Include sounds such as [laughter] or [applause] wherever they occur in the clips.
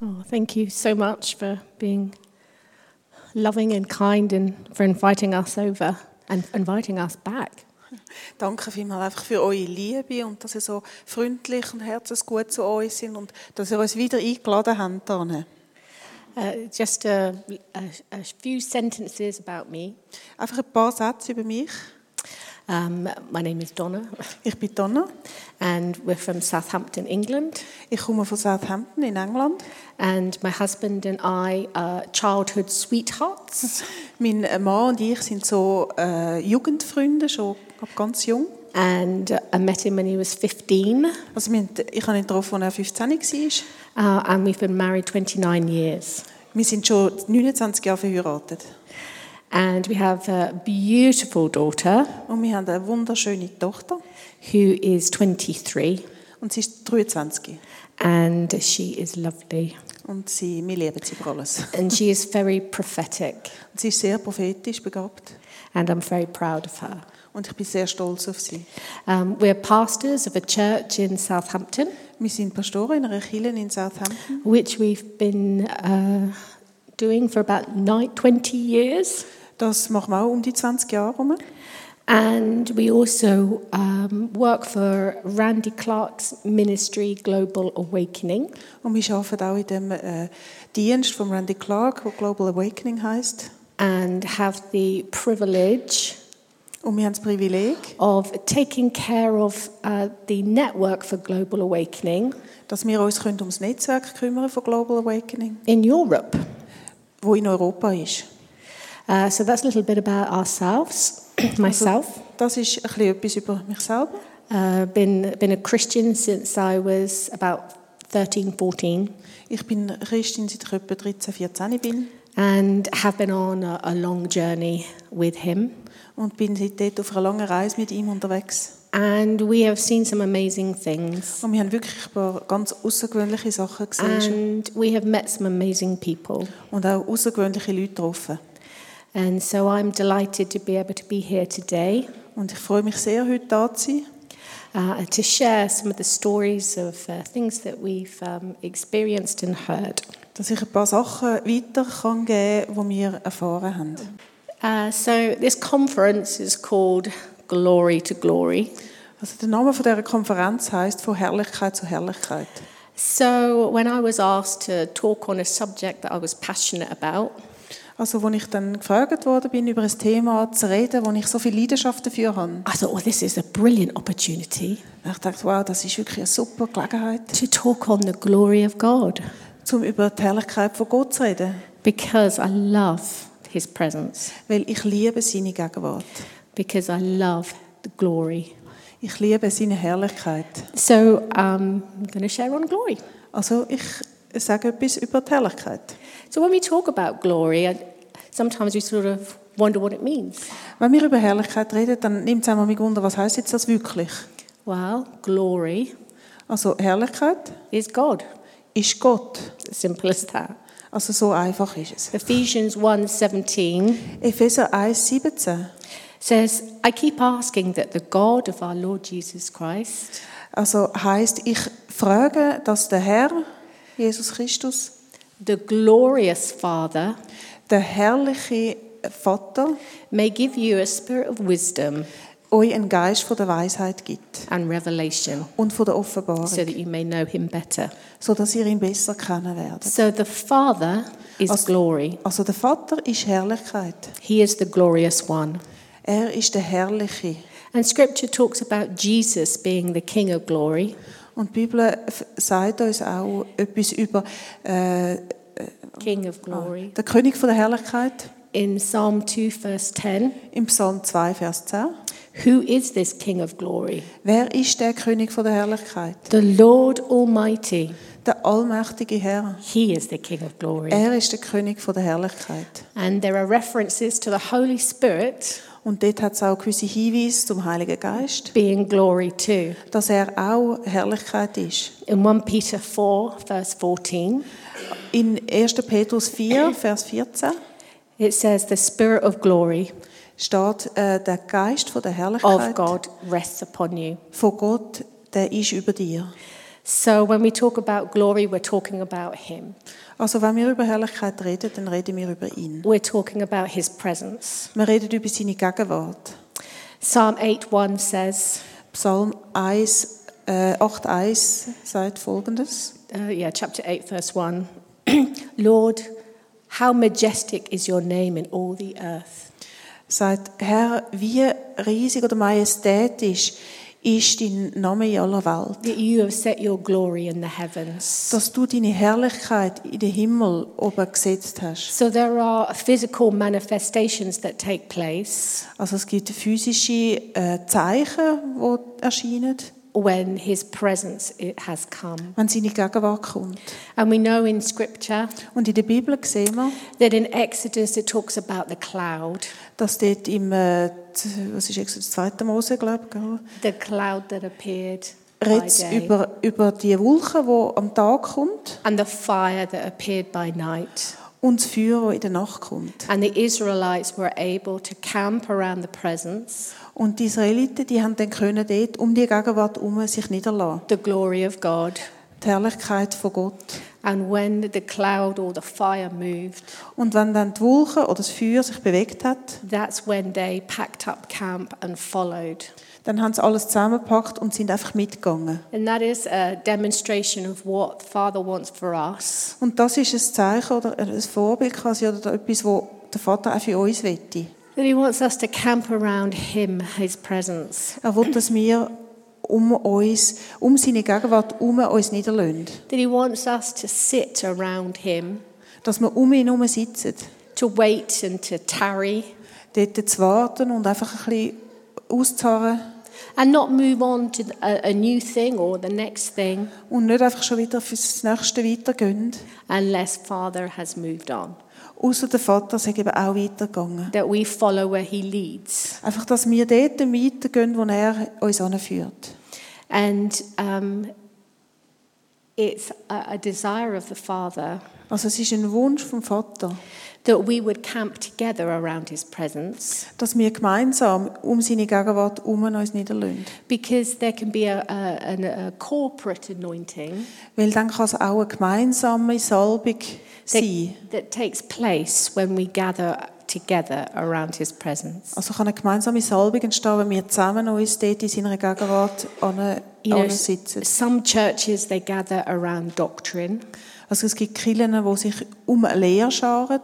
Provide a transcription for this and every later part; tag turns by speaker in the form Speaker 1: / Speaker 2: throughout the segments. Speaker 1: Oh, thank you so much for being loving and kind and for inviting us over and inviting us back.
Speaker 2: Danke vielmals einfach für eure Liebe und dass ihr so freundlich und herzensgut zu uns sind und dass ihr uns wieder eingeladen habt. hierhin.
Speaker 1: Uh, just a, a, a few sentences about me.
Speaker 2: Einfach ein paar Sätze über mich.
Speaker 1: Um, my name is Donna, [laughs]
Speaker 2: Ich bin Donna.
Speaker 1: and we're from Southampton, England.
Speaker 2: Ich komme von Southampton in England.
Speaker 1: And my husband and I are childhood [laughs] sweethearts.
Speaker 2: Mein Mann und ich sind so äh, Jugendfreunde, schon ab ganz jung.
Speaker 1: And uh, I met him when he was 15, uh,
Speaker 2: Also wir, haben- ich habe ihn getroffen, als er 15 war.
Speaker 1: uh, and we've been married 29 years.
Speaker 2: Wir sind schon 29 Jahre verheiratet.
Speaker 1: And we have a beautiful daughter
Speaker 2: Und wir haben eine wunderschöne Tochter.
Speaker 1: who is 23,
Speaker 2: Und sie ist 23.
Speaker 1: and she is lovely.
Speaker 2: Und sie, wir lieben sie über alles.
Speaker 1: And she is very prophetic,
Speaker 2: Und sie ist sehr prophetisch begabt.
Speaker 1: and I'm very proud of her.
Speaker 2: Und ich bin sehr stolz auf sie.
Speaker 1: Um, we're pastors of a church in Southampton,
Speaker 2: Wir sind Pastoren in einer Kirche in Southampton,
Speaker 1: which we've been uh, doing for about nine, 20 years.
Speaker 2: Das machen wir auch um die 20 Jahre herum.
Speaker 1: And we also um, work for Randy Clark's ministry, Global Awakening.
Speaker 2: Und wir arbeiten auch in dem äh, Dienst von Randy Clark, der Global Awakening heißt.
Speaker 1: and have the privilege
Speaker 2: Und wir haben das Privileg,
Speaker 1: of taking care of uh, the network for global awakening
Speaker 2: dass wir uns können ums Netzwerk kümmern von Global Awakening,
Speaker 1: in Europe.
Speaker 2: wo in Europa ist.
Speaker 1: Uh, so that's a little bit about ourselves. [clears throat] Myself,
Speaker 2: Also, Das ist ein bisschen etwas über mich selber.
Speaker 1: uh, been been a Christian since I was about 13, 14,
Speaker 2: Ich bin Christin, seit ich etwa 13, 14 bin
Speaker 1: and have been on a, a long journey with him.
Speaker 2: und bin seitdem auf einer langen Reise mit ihm unterwegs.
Speaker 1: And we have seen some amazing things,
Speaker 2: Und wir haben wirklich ein paar ganz außergewöhnliche Sachen gesehen schon.
Speaker 1: and we have met some amazing people.
Speaker 2: und auch außergewöhnliche Leute getroffen.
Speaker 1: And so I'm delighted to be able to be here today.
Speaker 2: Und ich freue mich sehr, heute da zu sein
Speaker 1: uh, to share some of the stories of uh, things that we've um, experienced and heard.
Speaker 2: dass ich ein paar Sachen weiter kann geben kann, die wir erfahren haben.
Speaker 1: Uh, so, this conference is called Glory to Glory.
Speaker 2: Also der Name von dieser Konferenz heißt «Von Herrlichkeit zu Herrlichkeit».
Speaker 1: So, when I was asked to talk on a subject that I was passionate about,
Speaker 2: Also als ich dann gefragt worden bin, über ein Thema zu reden, wo ich so viel Leidenschaft dafür habe,
Speaker 1: I thought, well, this is a brilliant opportunity
Speaker 2: habe ich dachte, wow, das ist wirklich eine super Gelegenheit,
Speaker 1: to talk on the glory of God
Speaker 2: um über die Herrlichkeit von Gott zu reden.
Speaker 1: because I love His presence,
Speaker 2: Weil ich liebe seine Gegenwart.
Speaker 1: because I love the glory.
Speaker 2: Ich liebe seine Herrlichkeit.
Speaker 1: So, um, I'm going to share on glory.
Speaker 2: Also ich sage etwas über die Herrlichkeit.
Speaker 1: So when we talk about glory, I, sometimes we sort of wonder what it means.
Speaker 2: Wenn wir über Herrlichkeit reden, dann nimmt es einmal mit Wunder, was heißt jetzt das wirklich?
Speaker 1: Well, glory
Speaker 2: Also Herrlichkeit
Speaker 1: is God.
Speaker 2: ist Gott.
Speaker 1: Simple as that.
Speaker 2: Also so einfach ist es.
Speaker 1: Ephesians 1:17
Speaker 2: Epheser 1,17.
Speaker 1: says, "I keep asking that the God of our Lord Jesus Christ
Speaker 2: Also heißt, ich frage, dass der Herr, Jesus Christus,
Speaker 1: the glorious Father
Speaker 2: der herrliche Vater,
Speaker 1: may give you a spirit of wisdom
Speaker 2: euch einen Geist von der Weisheit gibt
Speaker 1: and revelation
Speaker 2: und von der Offenbarung,
Speaker 1: so that you may know him better."
Speaker 2: so dass ihr ihn besser kennen werdet.
Speaker 1: So the Father is
Speaker 2: Als-
Speaker 1: glory.
Speaker 2: Also der Vater ist Herrlichkeit.
Speaker 1: He is the glorious one.
Speaker 2: Er ist der Herrliche.
Speaker 1: And scripture talks about Jesus being the king of glory.
Speaker 2: Und die Bibel f- sagt uns auch etwas über äh,
Speaker 1: King of glory.
Speaker 2: den König von der Herrlichkeit
Speaker 1: In Psalm 2, verse 10,
Speaker 2: im Psalm 2, Vers 10.
Speaker 1: who is this King of glory?
Speaker 2: Wer ist der König von der Herrlichkeit?
Speaker 1: The Lord Almighty.
Speaker 2: Der allmächtige Herr.
Speaker 1: He is the King of glory.
Speaker 2: Er ist der König von der Herrlichkeit.
Speaker 1: And there are references to the Holy Spirit
Speaker 2: Und dort hat es auch gewisse Hinweise zum Heiligen Geist,
Speaker 1: being glory too.
Speaker 2: dass er auch Herrlichkeit ist.
Speaker 1: In 1 Peter 4, verse 14,
Speaker 2: In 1. Petrus 4, Vers 14
Speaker 1: it says, The Spirit of glory
Speaker 2: steht, äh, der Geist von der
Speaker 1: of
Speaker 2: Herrlichkeit
Speaker 1: God rests upon you.
Speaker 2: von Gott, der ist über dir.
Speaker 1: So when we talk about glory, we're talking about Him.
Speaker 2: Also wenn wir über Herrlichkeit reden, dann reden wir über ihn.
Speaker 1: We're talking about His presence.
Speaker 2: Wir reden über seine Gegenwart.
Speaker 1: Psalm 8:1 says,
Speaker 2: Psalm 1, äh, 8,1 sagt folgendes.
Speaker 1: uh, yeah, chapter 8, verse 1 [clears throat] Lord, how majestic is your name in all the earth.
Speaker 2: Sagt, Herr, wie riesig oder majestätisch ist dein Name in aller Welt.
Speaker 1: That you have set your glory in the heavens.
Speaker 2: Dass du deine Herrlichkeit in den Himmel oben gesetzt hast.
Speaker 1: So there are physical manifestations that take place
Speaker 2: Also es gibt physische äh, Zeichen, die erscheinen,
Speaker 1: when his presence it has come.
Speaker 2: wenn seine Gegenwart kommt.
Speaker 1: And we know in scripture
Speaker 2: Und in der Bibel sehen wir,
Speaker 1: that in Exodus it talks about the cloud,
Speaker 2: dass dort im, äh, z- was ist Exodus 2. Mose, glaube ich,
Speaker 1: the cloud that appeared by
Speaker 2: redet
Speaker 1: day
Speaker 2: über, über die Wolke, die am Tag kommt
Speaker 1: and the fire that appeared by night.
Speaker 2: und das Feuer, das in der Nacht kommt.
Speaker 1: And the Israelites were able to camp around the presence
Speaker 2: Und die Israeliten, die haben dann können dort um die Gegenwart herum sich niederlassen.
Speaker 1: the glory of God.
Speaker 2: Die Herrlichkeit von Gott.
Speaker 1: And when the cloud or the fire moved,
Speaker 2: Und wenn dann die Wolke oder das Feuer sich bewegt hat,
Speaker 1: that's when they packed up camp and followed.
Speaker 2: dann haben sie alles zusammengepackt und sind einfach mitgegangen.
Speaker 1: And that is a demonstration of what the Father wants for us
Speaker 2: Und das ist ein Zeichen oder ein Vorbild quasi oder etwas, wo der Vater auch für uns wette.
Speaker 1: that He wants us to camp around Him, His presence,
Speaker 2: Er will, dass wir um uns, um seine Gegenwart um uns niederlassen.
Speaker 1: that He wants us to sit around Him,
Speaker 2: Dass wir um ihn herum sitzen.
Speaker 1: to wait and to tarry,
Speaker 2: Dort zu warten und einfach ein bisschen auszuharren
Speaker 1: and not move on to a, a new thing or the next thing
Speaker 2: und nicht einfach schon wieder fürs Nächste weitergehen.
Speaker 1: unless Father has moved on.
Speaker 2: Außer der Vater sei eben auch weitergegangen.
Speaker 1: That we follow where He leads.
Speaker 2: Einfach, dass wir dort weitergehen, wo er uns anführt.
Speaker 1: And um, it's a, a desire of the Father
Speaker 2: Also es ist ein Wunsch vom Vater,
Speaker 1: that we would camp together around His presence
Speaker 2: dass wir gemeinsam um seine Gegenwart um uns niederlassen.
Speaker 1: because there can be a, a, an- a corporate anointing
Speaker 2: Weil dann kann es auch eine gemeinsame Salbung
Speaker 1: that,
Speaker 2: sein.
Speaker 1: that takes place when we gather together around His presence.
Speaker 2: Also kann eine gemeinsame Salbung entstehen, wenn wir zusammen uns dort in seiner Gegenwart an-
Speaker 1: You know,
Speaker 2: sitzen.
Speaker 1: some churches they gather around doctrine.
Speaker 2: Also es gibt Kirchen, die sich um eine Lehre scharen.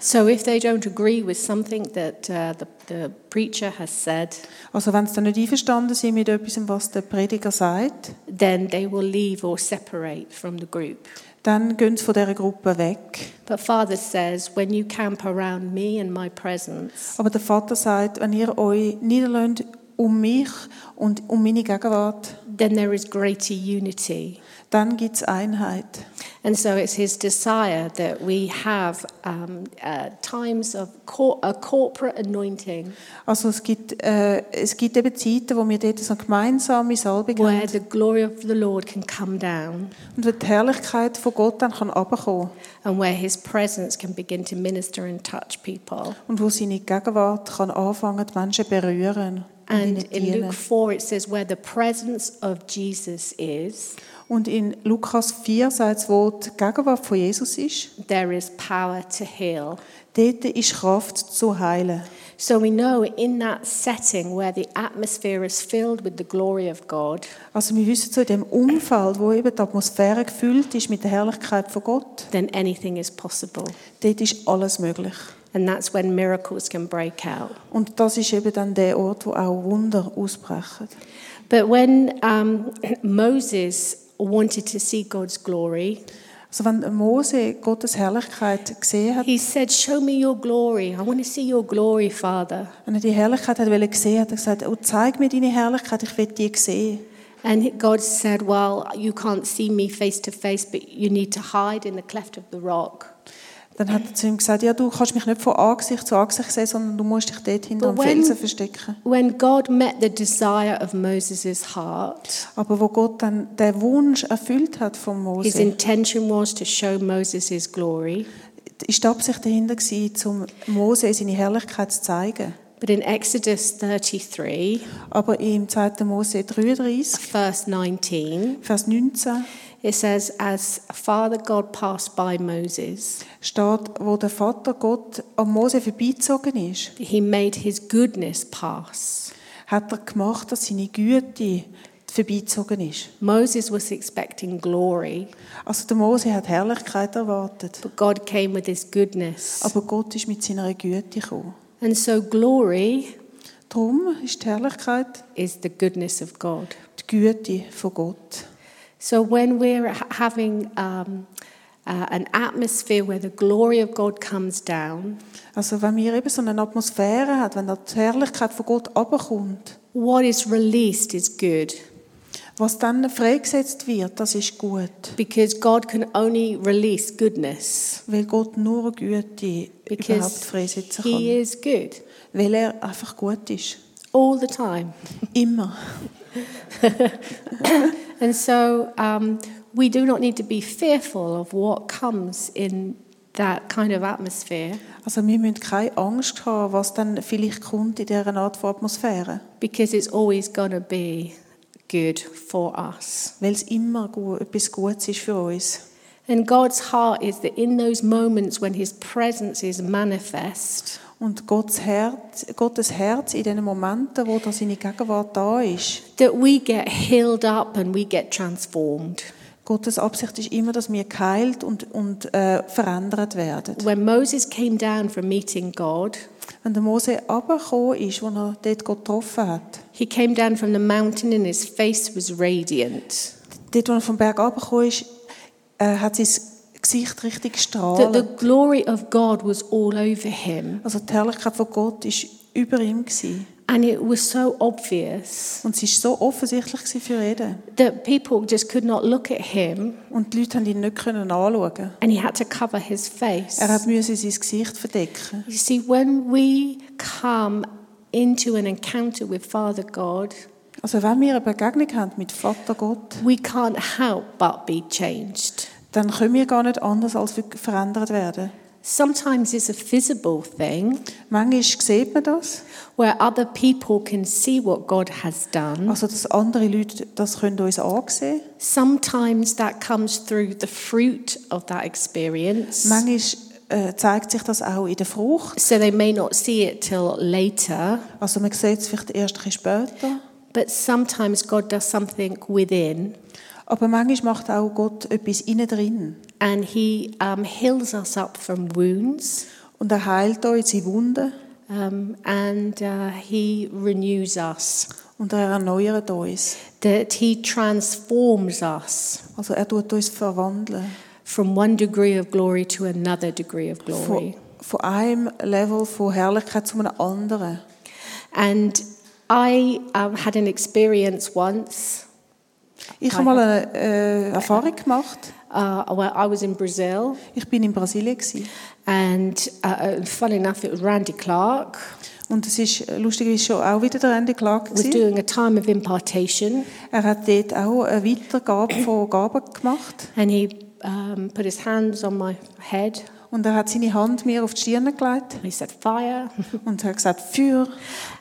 Speaker 1: So if they don't agree with something that uh, the, the preacher has said,
Speaker 2: Also wenn sie dann nicht einverstanden sind mit etwas, was der Prediger sagt,
Speaker 1: then they will leave or separate from the group.
Speaker 2: dann gehen sie von dieser Gruppe weg.
Speaker 1: But Father says, when you camp around me and my presence,
Speaker 2: Aber der Vater sagt, wenn ihr euch niederlöhnt um mich und um meine Gegenwart,
Speaker 1: then there is greater unity.
Speaker 2: dann gibt es Einheit.
Speaker 1: And so it's his desire that we have um, uh, times of cor- a corporate anointing
Speaker 2: Also es gibt, äh, es gibt eben Zeiten, wo wir dort so eine gemeinsame Salbung
Speaker 1: where
Speaker 2: haben
Speaker 1: the glory of the Lord can come down
Speaker 2: und wo die Herrlichkeit von Gott dann kann runterkommen
Speaker 1: and where his presence can begin to minister and touch people.
Speaker 2: und wo seine Gegenwart kann anfangen, die Menschen berühren und
Speaker 1: And
Speaker 2: ihnen
Speaker 1: in Luke
Speaker 2: dienen.
Speaker 1: 4, it says, where the presence of Jesus is,
Speaker 2: Und in Lukas 4 sagt es, wo die Gegenwart von Jesus ist,
Speaker 1: there is power to heal.
Speaker 2: dort ist Kraft zu heilen.
Speaker 1: So we know in that setting where the atmosphere is filled with the glory of God,
Speaker 2: Also wir wissen so, in dem Umfeld, wo eben die Atmosphäre gefüllt ist mit der Herrlichkeit von Gott,
Speaker 1: then anything is possible.
Speaker 2: dort ist alles möglich.
Speaker 1: And that's when miracles can break out.
Speaker 2: Und das ist eben dann der Ort, wo auch Wunder ausbrechen.
Speaker 1: But when um, [clears throat] Moses wanted to see God's glory,
Speaker 2: Also wenn Mose Gottes Herrlichkeit gesehen hat,
Speaker 1: he said, Show me your glory. I want to see your glory, Father.
Speaker 2: wenn er die Herrlichkeit hat wollte sehen, hat er gesagt, oh, zeig mir deine Herrlichkeit, ich will die sehen.
Speaker 1: And God said, Well, you can't see me face to face, but you need to hide in the cleft of the rock.
Speaker 2: Dann hat er zu ihm gesagt, ja, du kannst mich nicht von Angesicht zu Angesicht sehen, sondern du musst dich dort hinter
Speaker 1: But
Speaker 2: dem
Speaker 1: when-
Speaker 2: Felsen verstecken.
Speaker 1: When God met the desire of Moses' heart,
Speaker 2: Aber wo Gott dann den Wunsch erfüllt hat von
Speaker 1: his
Speaker 2: Mose,
Speaker 1: intention was to show Moses his glory.
Speaker 2: ist die Absicht dahinter gewesen, um Mose seine Herrlichkeit zu zeigen.
Speaker 1: But in Exodus 33,
Speaker 2: Aber im 2. Mose 33,
Speaker 1: verse 19,
Speaker 2: Vers 19,
Speaker 1: it says, As Father God passed by Moses,
Speaker 2: steht, wo der Vater Gott an Mose vorbeizogen ist,
Speaker 1: he made his goodness pass.
Speaker 2: hat er gemacht, dass seine Güte vorbeizogen ist.
Speaker 1: Moses was expecting glory,
Speaker 2: Also der Mose hat Herrlichkeit erwartet,
Speaker 1: but God came with his goodness.
Speaker 2: aber Gott ist mit seiner Güte gekommen.
Speaker 1: And so, glory
Speaker 2: Darum ist die Herrlichkeit
Speaker 1: is the goodness of God.
Speaker 2: die Güte von Gott.
Speaker 1: So when we're ha- having um, uh, an atmosphere where the glory of God comes down,
Speaker 2: Also wenn wir eben so eine Atmosphäre hat, wenn da die Herrlichkeit von Gott abkommt,
Speaker 1: what is released is good
Speaker 2: was dann freigesetzt wird, das ist gut,
Speaker 1: because God can only release goodness
Speaker 2: weil Gott nur Güte überhaupt
Speaker 1: because
Speaker 2: freisetzen
Speaker 1: He
Speaker 2: kann,
Speaker 1: is good
Speaker 2: weil er einfach gut ist,
Speaker 1: all the time.
Speaker 2: immer.
Speaker 1: And so um, we do not need to be fearful of what comes in that kind of atmosphere
Speaker 2: Also wir müssen keine Angst haben, was dann vielleicht kommt in dieser Art von Atmosphäre,
Speaker 1: because it's always going to be good for us.
Speaker 2: weil es immer gut, etwas Gutes ist für uns.
Speaker 1: And God's heart is that in those moments when His presence is manifest,
Speaker 2: Und Gottes Herz, Gottes Herz in den Momenten, wo da seine Gegenwart da ist,
Speaker 1: that we get healed up and we get transformed.
Speaker 2: Gottes Absicht ist immer, dass wir geheilt und, und äh, verändert werden.
Speaker 1: When Moses came down from meeting God,
Speaker 2: Wenn der Mose runtergekommen ist, wo er dort Gott getroffen hat,
Speaker 1: he came down from the mountain and his face was radiant.
Speaker 2: dort, wo er vom Berg runtergekommen ist, äh, hat sein Gesicht richtig
Speaker 1: That the
Speaker 2: gestrahlt.
Speaker 1: glory of God was all over him.
Speaker 2: Also die Herrlichkeit von Gott war über ihm. Gewesen.
Speaker 1: And it was so obvious
Speaker 2: Und es war so offensichtlich gewesen für jeden.
Speaker 1: that people just could not look at him
Speaker 2: Und die Leute haben ihn nicht können anschauen.
Speaker 1: and he had to cover his face.
Speaker 2: Er hat müssen sein Gesicht verdecken.
Speaker 1: You see, when we come into an encounter with Father God,
Speaker 2: Also wenn wir eine Begegnung haben mit Vater Gott,
Speaker 1: we can't help but be changed.
Speaker 2: dann können wir gar nicht anders als wir verändert werden.
Speaker 1: Sometimes it's a visible thing
Speaker 2: Manchmal sieht man das,
Speaker 1: where other people can see what God has done.
Speaker 2: also dass andere Leute das können uns ansehen.
Speaker 1: Sometimes that comes through the fruit of that experience.
Speaker 2: Manchmal äh, zeigt sich das auch in der Frucht.
Speaker 1: So they may not see it till later,
Speaker 2: Also man sieht es vielleicht erst ein bisschen später.
Speaker 1: but sometimes God does something within
Speaker 2: Aber manchmal macht auch Gott etwas innen drin.
Speaker 1: and He um, heals us up from wounds
Speaker 2: Und er heilt euch seine Wunden
Speaker 1: um, and uh, He renews us,
Speaker 2: und er erneuert uns.
Speaker 1: that He transforms us.
Speaker 2: Also er tut uns verwandeln.
Speaker 1: from one degree of glory to another degree of glory.
Speaker 2: Von, von einem Level von Herrlichkeit zu einem anderen.
Speaker 1: And I um, had an experience once
Speaker 2: Ich habe mal eine äh, Erfahrung gemacht.
Speaker 1: uh, where I was in Brazil,
Speaker 2: Ich bin in Brasilien gewesen.
Speaker 1: and uh, uh, fun enough, it was Randy Clark
Speaker 2: und es ist lustigerweise schon auch wieder der Randy Clark
Speaker 1: was
Speaker 2: gewesen.
Speaker 1: doing a time of impartation,
Speaker 2: Er hat dort auch eine Weitergabe von Gaben gemacht
Speaker 1: and he um, put his hands on my head.
Speaker 2: und er hat seine Hand mir auf die Stirn gelegt
Speaker 1: He said fire,
Speaker 2: und hat gesagt Feuer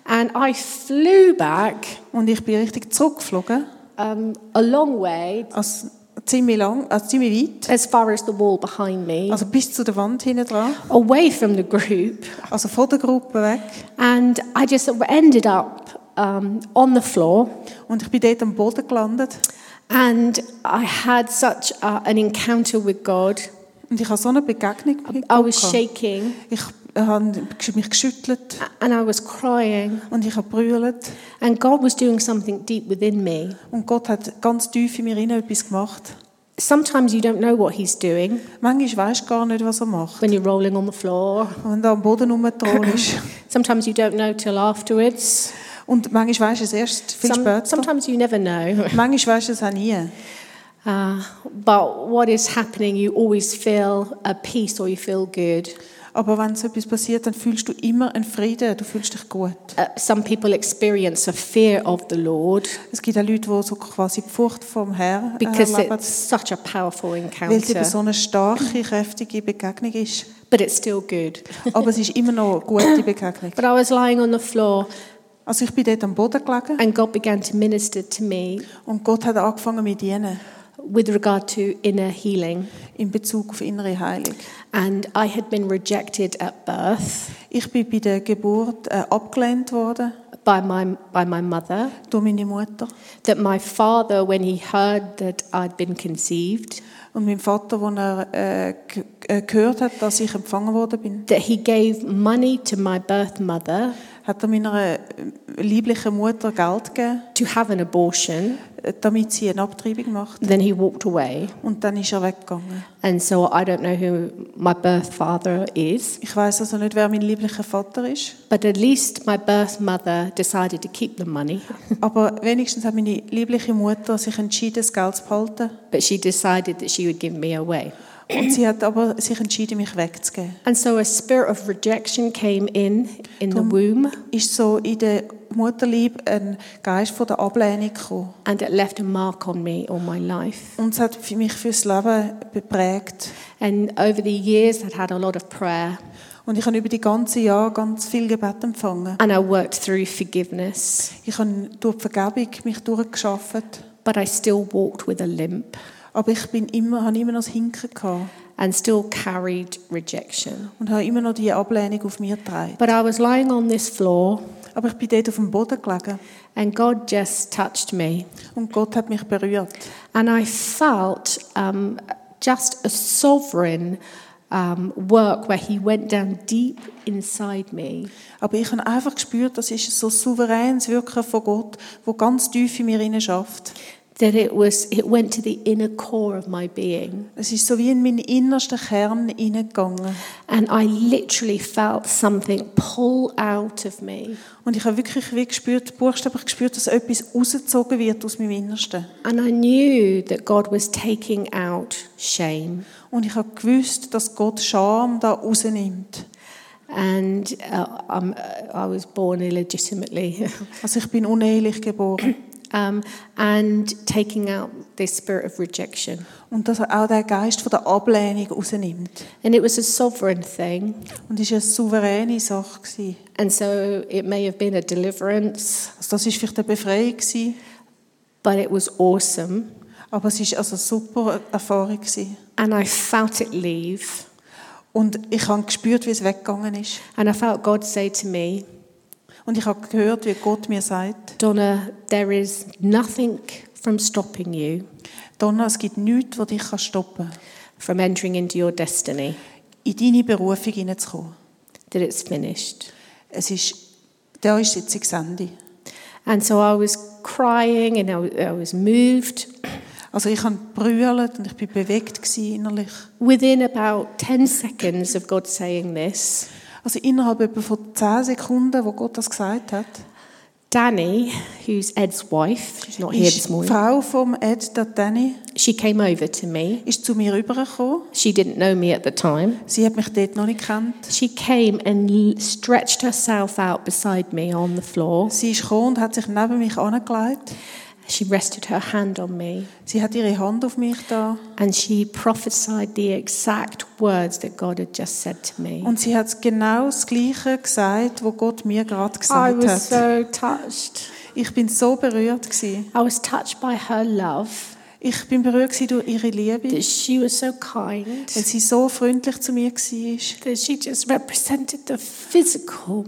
Speaker 1: and I flew back
Speaker 2: und ich bin richtig zurückgeflogen,
Speaker 1: um, a long way
Speaker 2: also ziemlich lang, also ziemlich weit,
Speaker 1: as far as the wall behind me,
Speaker 2: also bis zu der Wand hinten dran,
Speaker 1: away from the group,
Speaker 2: also von der Gruppe weg
Speaker 1: And I just sort of ended up um, on the floor,
Speaker 2: und ich bin dort am Boden gelandet
Speaker 1: and I had such uh, an encounter with God.
Speaker 2: und ich habe so eine Begegnung mit
Speaker 1: I
Speaker 2: Gott
Speaker 1: was
Speaker 2: gehabt.
Speaker 1: shaking
Speaker 2: Ich habe mich geschüttelt
Speaker 1: and I was crying,
Speaker 2: und ich habe brüllt
Speaker 1: and God was doing something deep within me.
Speaker 2: und Gott hat ganz tief in mir rein etwas gemacht.
Speaker 1: Sometimes you don't know what He's doing
Speaker 2: Manchmal weisst du gar nicht, was er macht.
Speaker 1: when you're rolling on the floor.
Speaker 2: Wenn du am Boden rumgetragen ist.
Speaker 1: Sometimes you don't know till afterwards.
Speaker 2: Und manchmal weisst du es erst viel
Speaker 1: Some-
Speaker 2: später.
Speaker 1: sometimes you never know. [laughs]
Speaker 2: Manchmal weisst du es auch nie.
Speaker 1: Uh, but what is happening, you always feel a peace or you feel good.
Speaker 2: aber wenn so etwas passiert, dann fühlst du immer einen Frieden, du fühlst dich gut.
Speaker 1: Uh, some people experience a fear of the Lord
Speaker 2: Es gibt auch Leute, die so quasi die Furcht vom Herrn äh,
Speaker 1: because
Speaker 2: erleben,
Speaker 1: it's such a powerful
Speaker 2: weil es eben
Speaker 1: encounter,
Speaker 2: so eine starke, kräftige Begegnung ist.
Speaker 1: but it's still good.
Speaker 2: Aber es ist immer noch eine gute Begegnung.
Speaker 1: But I was lying on the floor
Speaker 2: Also ich bin dort am Boden gelegen
Speaker 1: and God began to minister to me
Speaker 2: und Gott hat angefangen mit ihnen
Speaker 1: with regard to inner healing.
Speaker 2: in Bezug auf innere Heilung.
Speaker 1: And I had been rejected at birth
Speaker 2: Ich bin bei der Geburt äh, abgelehnt worden
Speaker 1: by my, by my mother,
Speaker 2: durch meine Mutter.
Speaker 1: that my father, when he heard that I'd been conceived,
Speaker 2: Und mein Vater, als er äh, g- äh, gehört hat, dass ich empfangen worden bin,
Speaker 1: that he gave money to my birth mother
Speaker 2: hat er meiner äh, lieblichen Mutter Geld gegeben,
Speaker 1: to have an abortion.
Speaker 2: äh, damit sie eine Abtreibung macht.
Speaker 1: Then he walked away.
Speaker 2: Und dann ist er weggegangen.
Speaker 1: And so I don't know who my birth father is,
Speaker 2: Ich weiß also nicht, wer mein lieblicher Vater ist, [laughs]
Speaker 1: but at least my birth mother decided to keep the money.
Speaker 2: aber wenigstens hat meine liebliche Mutter sich entschieden, das Geld zu behalten.
Speaker 1: But she decided that she would give me away.
Speaker 2: Und sie hat aber sich entschieden, mich wegzugeben.
Speaker 1: And so a spirit of rejection came in in the womb
Speaker 2: Ist so in der Mutterliebe ein Geist von der Ablehnung gekommen.
Speaker 1: and it left a mark on me all my life.
Speaker 2: Und es hat für mich fürs Leben geprägt.
Speaker 1: And over the years, I'd had a lot of prayer
Speaker 2: Und ich habe über die ganzen Jahre ganz viel Gebet empfangen.
Speaker 1: and I worked through forgiveness,
Speaker 2: Ich habe durch die Vergebung mich durchgeschafft.
Speaker 1: but I still walked with a limp
Speaker 2: Aber ich bin immer, habe immer noch das Hinken gehabt
Speaker 1: and still carried rejection.
Speaker 2: und habe immer noch die Ablehnung auf mir getragen.
Speaker 1: But I was lying on this floor
Speaker 2: Aber ich bin dort auf dem Boden gelegen
Speaker 1: and God just touched me.
Speaker 2: und Gott hat mich berührt.
Speaker 1: And I felt um, just a sovereign um, work where He went down deep inside me
Speaker 2: Aber ich habe einfach gespürt, das ist so ein souveränes Wirken von Gott, wo ganz tief in mir hinein schafft.
Speaker 1: that it was it went to the inner core of my being
Speaker 2: Es ist so wie in meinen innersten Kern hineingegangen.
Speaker 1: and i literally felt something pull out of me
Speaker 2: Und ich habe wirklich wie gespürt, buchstäblich gespürt, dass etwas rausgezogen wird aus meinem Innersten.
Speaker 1: and i knew that god was taking out shame
Speaker 2: Und ich habe gewusst, dass Gott Scham da rausnimmt.
Speaker 1: and uh, I'm, uh, i was born illegitimately [laughs]
Speaker 2: Also ich bin unehelich geboren.
Speaker 1: um, and taking out this spirit of rejection
Speaker 2: Und dass er auch den Geist von der Ablehnung rausnimmt.
Speaker 1: and it was a sovereign thing
Speaker 2: Und das war eine souveräne Sache. gewesen.
Speaker 1: and so it may have been a deliverance
Speaker 2: Also das war vielleicht eine Befreiung, gewesen,
Speaker 1: but it was awesome
Speaker 2: aber es war also eine super Erfahrung. gewesen.
Speaker 1: and i felt it leave
Speaker 2: Und ich habe gespürt, wie es weggegangen ist.
Speaker 1: and i felt god say to me
Speaker 2: Und ich habe gehört, wie Gott mir sagt,
Speaker 1: Donna, there is nothing from stopping you
Speaker 2: Donna, es gibt nichts, was dich stoppen kann,
Speaker 1: from entering into your destiny,
Speaker 2: in deine Berufung hineinzukommen.
Speaker 1: that it's finished.
Speaker 2: Es ist, da ist jetzt das Ende.
Speaker 1: And so I was crying and I, w- I was moved.
Speaker 2: Also ich habe brüllt und ich bin bewegt gewesen innerlich.
Speaker 1: Within about 10 seconds of God saying this,
Speaker 2: Also innerhalb etwa von 10 Sekunden, wo Gott das gesagt hat,
Speaker 1: Danny, who's Ed's wife, she's not here
Speaker 2: ist
Speaker 1: this
Speaker 2: die
Speaker 1: morning,
Speaker 2: Frau vom Ed, der Danny,
Speaker 1: she came over to me.
Speaker 2: ist zu mir rübergekommen.
Speaker 1: She didn't know me at the time.
Speaker 2: Sie hat mich dort noch nicht gekannt.
Speaker 1: She came and l- stretched herself out beside me on the floor.
Speaker 2: Sie ist gekommen und hat sich neben mich angelegt.
Speaker 1: She rested her hand on me.
Speaker 2: Sie hat ihre Hand auf mich da
Speaker 1: And she prophesied the exact words that God had just said to me.
Speaker 2: und sie hat genau das Gleiche gesagt, wo Gott mir gerade
Speaker 1: I
Speaker 2: gesagt
Speaker 1: was
Speaker 2: hat.
Speaker 1: so touched.
Speaker 2: Ich bin so berührt gewesen.
Speaker 1: I was touched by her love,
Speaker 2: Ich bin berührt gewesen durch ihre Liebe,
Speaker 1: that she was so kind,
Speaker 2: weil sie so freundlich zu mir war.
Speaker 1: that she just represented the physical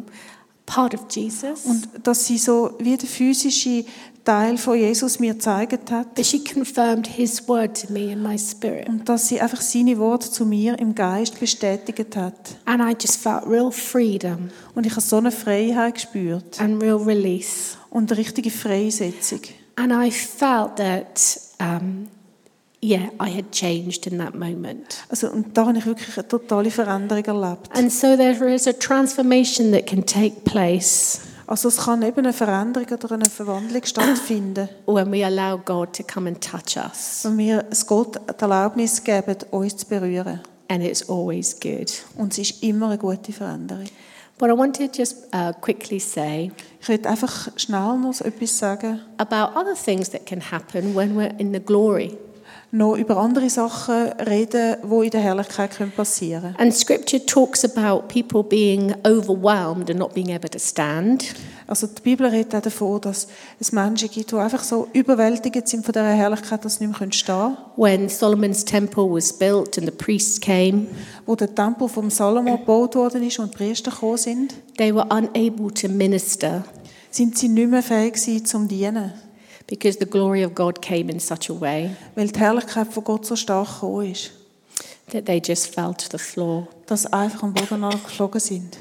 Speaker 1: part of Jesus.
Speaker 2: Und dass sie so wie den physischen Teil von Jesus mir gezeigt hat.
Speaker 1: But she confirmed his word to me in my spirit.
Speaker 2: Und dass sie einfach seine Worte zu mir im Geist bestätigt hat.
Speaker 1: And I just felt real freedom
Speaker 2: Und ich habe so eine Freiheit gespürt
Speaker 1: and real release.
Speaker 2: und eine richtige Freisetzung.
Speaker 1: And I felt that, um, yeah, I had changed in that moment.
Speaker 2: Also, und da habe ich wirklich eine totale Veränderung erlebt.
Speaker 1: And so there is a transformation that can take place
Speaker 2: Also es kann eben eine Veränderung oder eine Verwandlung stattfinden,
Speaker 1: when we allow God to come and touch us.
Speaker 2: wenn wir es Gott die Erlaubnis geben, uns zu berühren.
Speaker 1: and it's always good.
Speaker 2: Und es ist immer eine gute Veränderung.
Speaker 1: But I want to just uh, quickly say
Speaker 2: Ich will einfach schnell noch etwas sagen,
Speaker 1: about other things that can happen when we're in the glory.
Speaker 2: noch über andere Sachen reden, die in der Herrlichkeit können passieren
Speaker 1: And scripture talks about people being overwhelmed and not being able to stand.
Speaker 2: können. Also die Bibel redet auch davon, dass es Menschen gibt, die einfach so überwältigt sind von dieser Herrlichkeit, dass sie nicht mehr stehen können.
Speaker 1: When Solomon's temple was built and the priests came,
Speaker 2: Wo der Tempel von Salomo gebaut worden ist und die Priester gekommen sind,
Speaker 1: they were unable to minister
Speaker 2: sind sie nicht mehr fähig gewesen, zum dienen.
Speaker 1: because the glory of God came in such a way
Speaker 2: Weil die Herrlichkeit von Gott so stark gekommen ist,
Speaker 1: that they just fell to the floor.
Speaker 2: dass sie einfach am Boden angeflogen sind.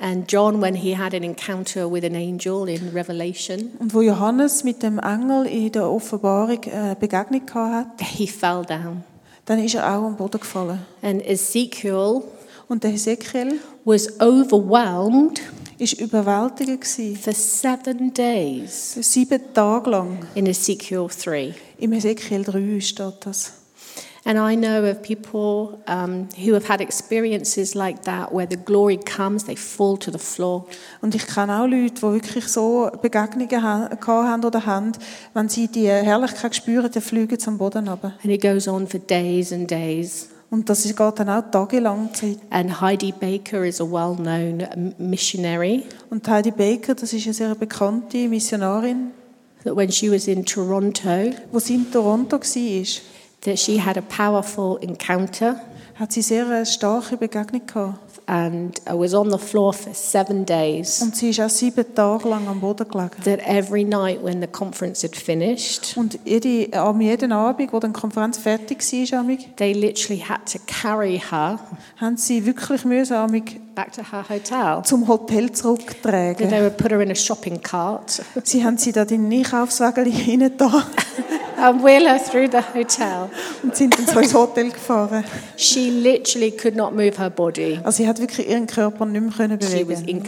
Speaker 1: And John, when he had an encounter with an angel in Revelation,
Speaker 2: Und wo Johannes mit dem Engel in der Offenbarung eine Begegnung gehabt hat,
Speaker 1: he fell down.
Speaker 2: dann ist er auch am Boden gefallen.
Speaker 1: And Ezekiel
Speaker 2: Und der Hesekiel
Speaker 1: was overwhelmed
Speaker 2: ist überwältigt gewesen.
Speaker 1: for seven days
Speaker 2: Sieben Tage lang.
Speaker 1: in Ezekiel 3.
Speaker 2: Im Hesekiel 3 steht das.
Speaker 1: And I know of people um, who have had experiences like that where the glory comes, they fall to the floor.
Speaker 2: Und ich kenne auch Leute, die wirklich so Begegnungen ha- gehabt haben oder haben, wenn sie die Herrlichkeit spüren, dann fliegen sie am Boden runter.
Speaker 1: And it goes on for days and days.
Speaker 2: Und das geht dann auch tagelang Zeit.
Speaker 1: And Heidi Baker is a well known um, missionary.
Speaker 2: Und Heidi Baker, das ist eine sehr bekannte Missionarin,
Speaker 1: That when she was in Toronto,
Speaker 2: die sie in Toronto war.
Speaker 1: that she had a powerful encounter
Speaker 2: hat sie sehr eine starke Begegnung gehabt.
Speaker 1: and uh, was on the floor for seven days.
Speaker 2: Und sie ist auch sieben Tage lang am Boden gelegen.
Speaker 1: That every night when the conference had finished,
Speaker 2: Und jede, am jeden Abend, wo dann die Konferenz fertig war, amig,
Speaker 1: they literally had to carry her
Speaker 2: haben sie wirklich müssen, amig,
Speaker 1: back to her hotel.
Speaker 2: zum Hotel
Speaker 1: That
Speaker 2: zurücktragen.
Speaker 1: they would put her in a shopping cart
Speaker 2: Sie haben sie da in den Einkaufswagen [laughs] hineingetan
Speaker 1: [laughs] and wheel her through the hotel.
Speaker 2: und sind dann so ins Hotel gefahren.
Speaker 1: She literally could not move her body.
Speaker 2: Also sie hat wirklich ihren Körper nicht mehr können
Speaker 1: She was
Speaker 2: bewegen.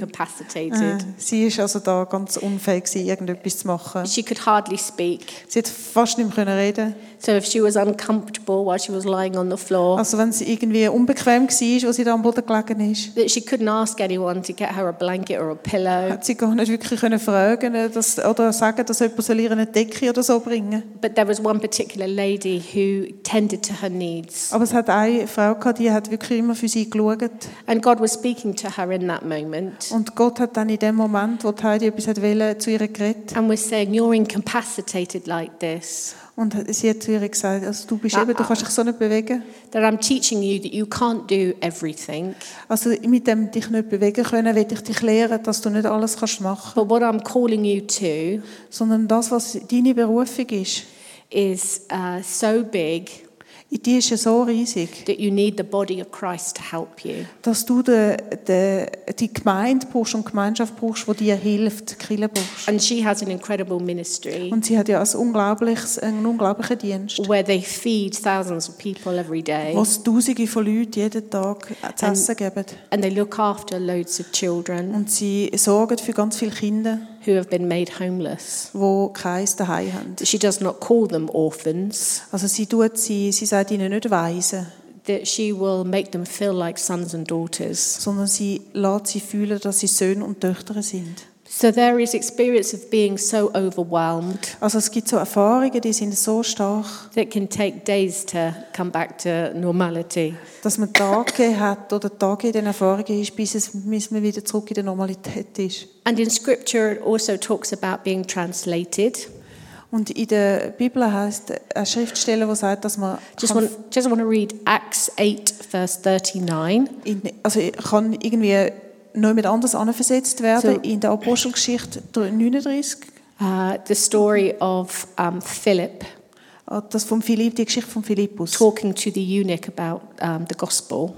Speaker 2: Äh,
Speaker 1: incapacitated.
Speaker 2: Sie ist also da ganz unfähig, gewesen, irgendetwas zu machen.
Speaker 1: She could hardly speak.
Speaker 2: Sie hat fast nicht mehr können reden.
Speaker 1: So if she was uncomfortable while she was lying on the floor,
Speaker 2: Also wenn sie irgendwie unbequem war, wo sie da am Boden gelegen ist.
Speaker 1: that she couldn't ask anyone to get her a blanket or a pillow.
Speaker 2: hat sie gar nicht wirklich können fragen äh, dass, oder sagen, dass jemand soll ihr eine Decke oder so bringen
Speaker 1: But there was one particular lady who tended to her needs.
Speaker 2: Aber es hat eine Frau gehabt, die hat wirklich immer für sie geschaut.
Speaker 1: And God was speaking to her in that moment
Speaker 2: Und Gott hat dann in dem Moment, wo die Heidi etwas hat wollen, zu ihr geredet.
Speaker 1: and was saying, You're incapacitated like this.
Speaker 2: Und sie hat zu ihr gesagt, also du
Speaker 1: Ah,
Speaker 2: bist eben, du kannst dich so nicht bewegen.
Speaker 1: That I'm teaching you that you can't do everything.
Speaker 2: Also mit dem dich nicht bewegen können, will ich dich lehren, dass du nicht alles kannst machen.
Speaker 1: But what I'm calling you to
Speaker 2: Sondern das, was deine Berufung ist,
Speaker 1: is uh, so big
Speaker 2: die ist ja so riesig,
Speaker 1: that you need the body of Christ to help you.
Speaker 2: dass du de, de, die Gemeinde brauchst und Gemeinschaft brauchst, die dir hilft, die Kirche brauchst.
Speaker 1: And she has an incredible ministry
Speaker 2: Und sie hat ja ein unglaubliches, einen unglaublichen Dienst,
Speaker 1: where they feed thousands of people every day
Speaker 2: wo es Tausende von Leuten jeden Tag zu essen geben.
Speaker 1: and they look after loads of children
Speaker 2: Und sie sorgen für ganz viele Kinder,
Speaker 1: who have been made homeless.
Speaker 2: die kein daheim haben.
Speaker 1: She does not call them orphans,
Speaker 2: Also sie tut sie, sie sagt ihnen nicht Weisen,
Speaker 1: that she will make them feel like sons and daughters.
Speaker 2: sondern sie lässt sie fühlen, dass sie Söhne und Töchter sind.
Speaker 1: So there is experience of being so overwhelmed
Speaker 2: Also es gibt so Erfahrungen, die sind so stark,
Speaker 1: that can take days to come back to normality.
Speaker 2: dass man Tage hat oder Tage in den Erfahrungen ist, bis, es, bis man wieder zurück in die Normalität ist.
Speaker 1: And in scripture, it also talks about being translated.
Speaker 2: Und in der Bibel heißt eine Schriftstelle, die sagt, dass man
Speaker 1: Just
Speaker 2: kann
Speaker 1: want, just want to read Acts 8, verse 39.
Speaker 2: in, also kann irgendwie noch mit anders anversetzt werden
Speaker 1: So-
Speaker 2: in der Apostelgeschichte 39.
Speaker 1: Uh, the story of um, Philip
Speaker 2: Ah, Das von Philipp, die Geschichte von Philippus,
Speaker 1: talking to the eunuch about um, the gospel.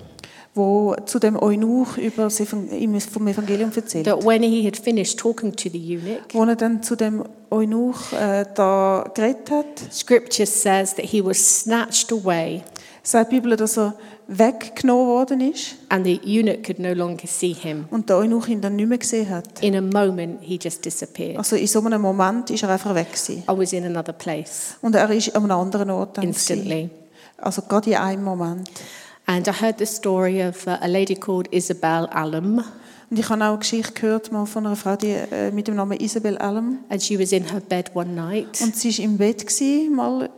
Speaker 2: wo zu dem Eunuch über das Evang- ihm vom Evangelium erzählt.
Speaker 1: That when he had finished talking to the eunuch,
Speaker 2: Wo er dann zu dem Eunuch äh, da geredet hat,
Speaker 1: scripture says that he was snatched away
Speaker 2: sagt die Bibel, dass er weggenommen worden ist
Speaker 1: and the eunuch could no longer see him.
Speaker 2: und der Eunuch ihn dann nicht mehr gesehen hat.
Speaker 1: In a moment, he just disappeared.
Speaker 2: Also in so einem Moment ist er einfach weg gewesen.
Speaker 1: I was in another place
Speaker 2: Und er ist an einem anderen Ort dann gewesen.
Speaker 1: instantly.
Speaker 2: Also gerade in einem Moment.
Speaker 1: And I heard the story of uh, a lady called Isabel Allum,
Speaker 2: Und ich habe auch eine Geschichte gehört mal von einer Frau die, äh, mit dem Namen Isabel Allem.
Speaker 1: and she was in her bed one night
Speaker 2: Und sie war im Bett, gewesen, mal,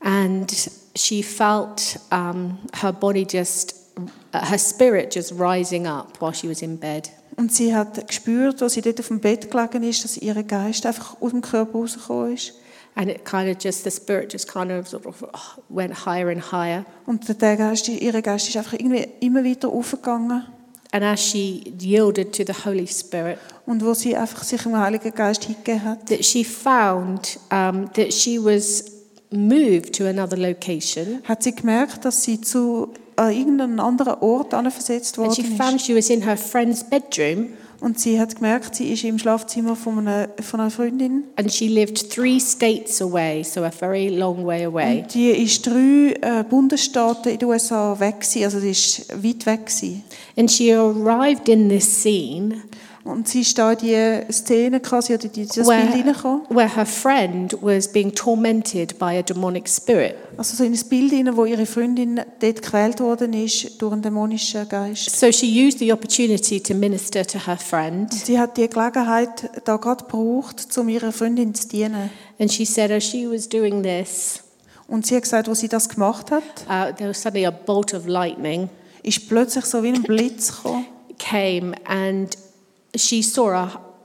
Speaker 1: and she felt um, her body just, uh, her spirit just rising up while she was in bed.
Speaker 2: und sie hat gespürt, als sie dort auf dem Bett gelegen ist, dass ihr Geist einfach aus dem Körper rausgekommen ist.
Speaker 1: And it kind of just, the spirit just kind of sort of oh, went higher and higher.
Speaker 2: Und der Geist, ihr Geist ist einfach irgendwie immer weiter aufgegangen.
Speaker 1: And as she yielded to the Holy Spirit,
Speaker 2: Und wo sie einfach sich dem Heiligen Geist hingegeben hat.
Speaker 1: that she found um, that she was moved to another location.
Speaker 2: hat sie gemerkt, dass sie zu an irgendeinen anderen Ort versetzt
Speaker 1: And she
Speaker 2: worden ist.
Speaker 1: found she was in her friend's bedroom
Speaker 2: Und sie hat gemerkt, sie ist im Schlafzimmer von einer, von einer Freundin.
Speaker 1: and she lived three states away, so a very long way away.
Speaker 2: Und die ist drei äh, Bundesstaaten in den USA weg gewesen, also sie ist weit weg gewesen.
Speaker 1: And she arrived in this scene
Speaker 2: Und sie ist da in die Szene quasi, oder die, das Bild
Speaker 1: where,
Speaker 2: reingekommen.
Speaker 1: where her friend was being tormented by a demonic spirit.
Speaker 2: Also so in das Bild rein, wo ihre Freundin dort gequält worden ist durch einen dämonischen Geist.
Speaker 1: So she used the opportunity to minister to her friend.
Speaker 2: Sie hat die Gelegenheit da gerade gebraucht, um ihrer Freundin zu dienen.
Speaker 1: And she said, as she was doing this,
Speaker 2: Und sie hat gesagt, wo sie das gemacht hat,
Speaker 1: uh, there was suddenly a bolt of lightning
Speaker 2: ist plötzlich so wie ein Blitz gekommen.
Speaker 1: came and she saw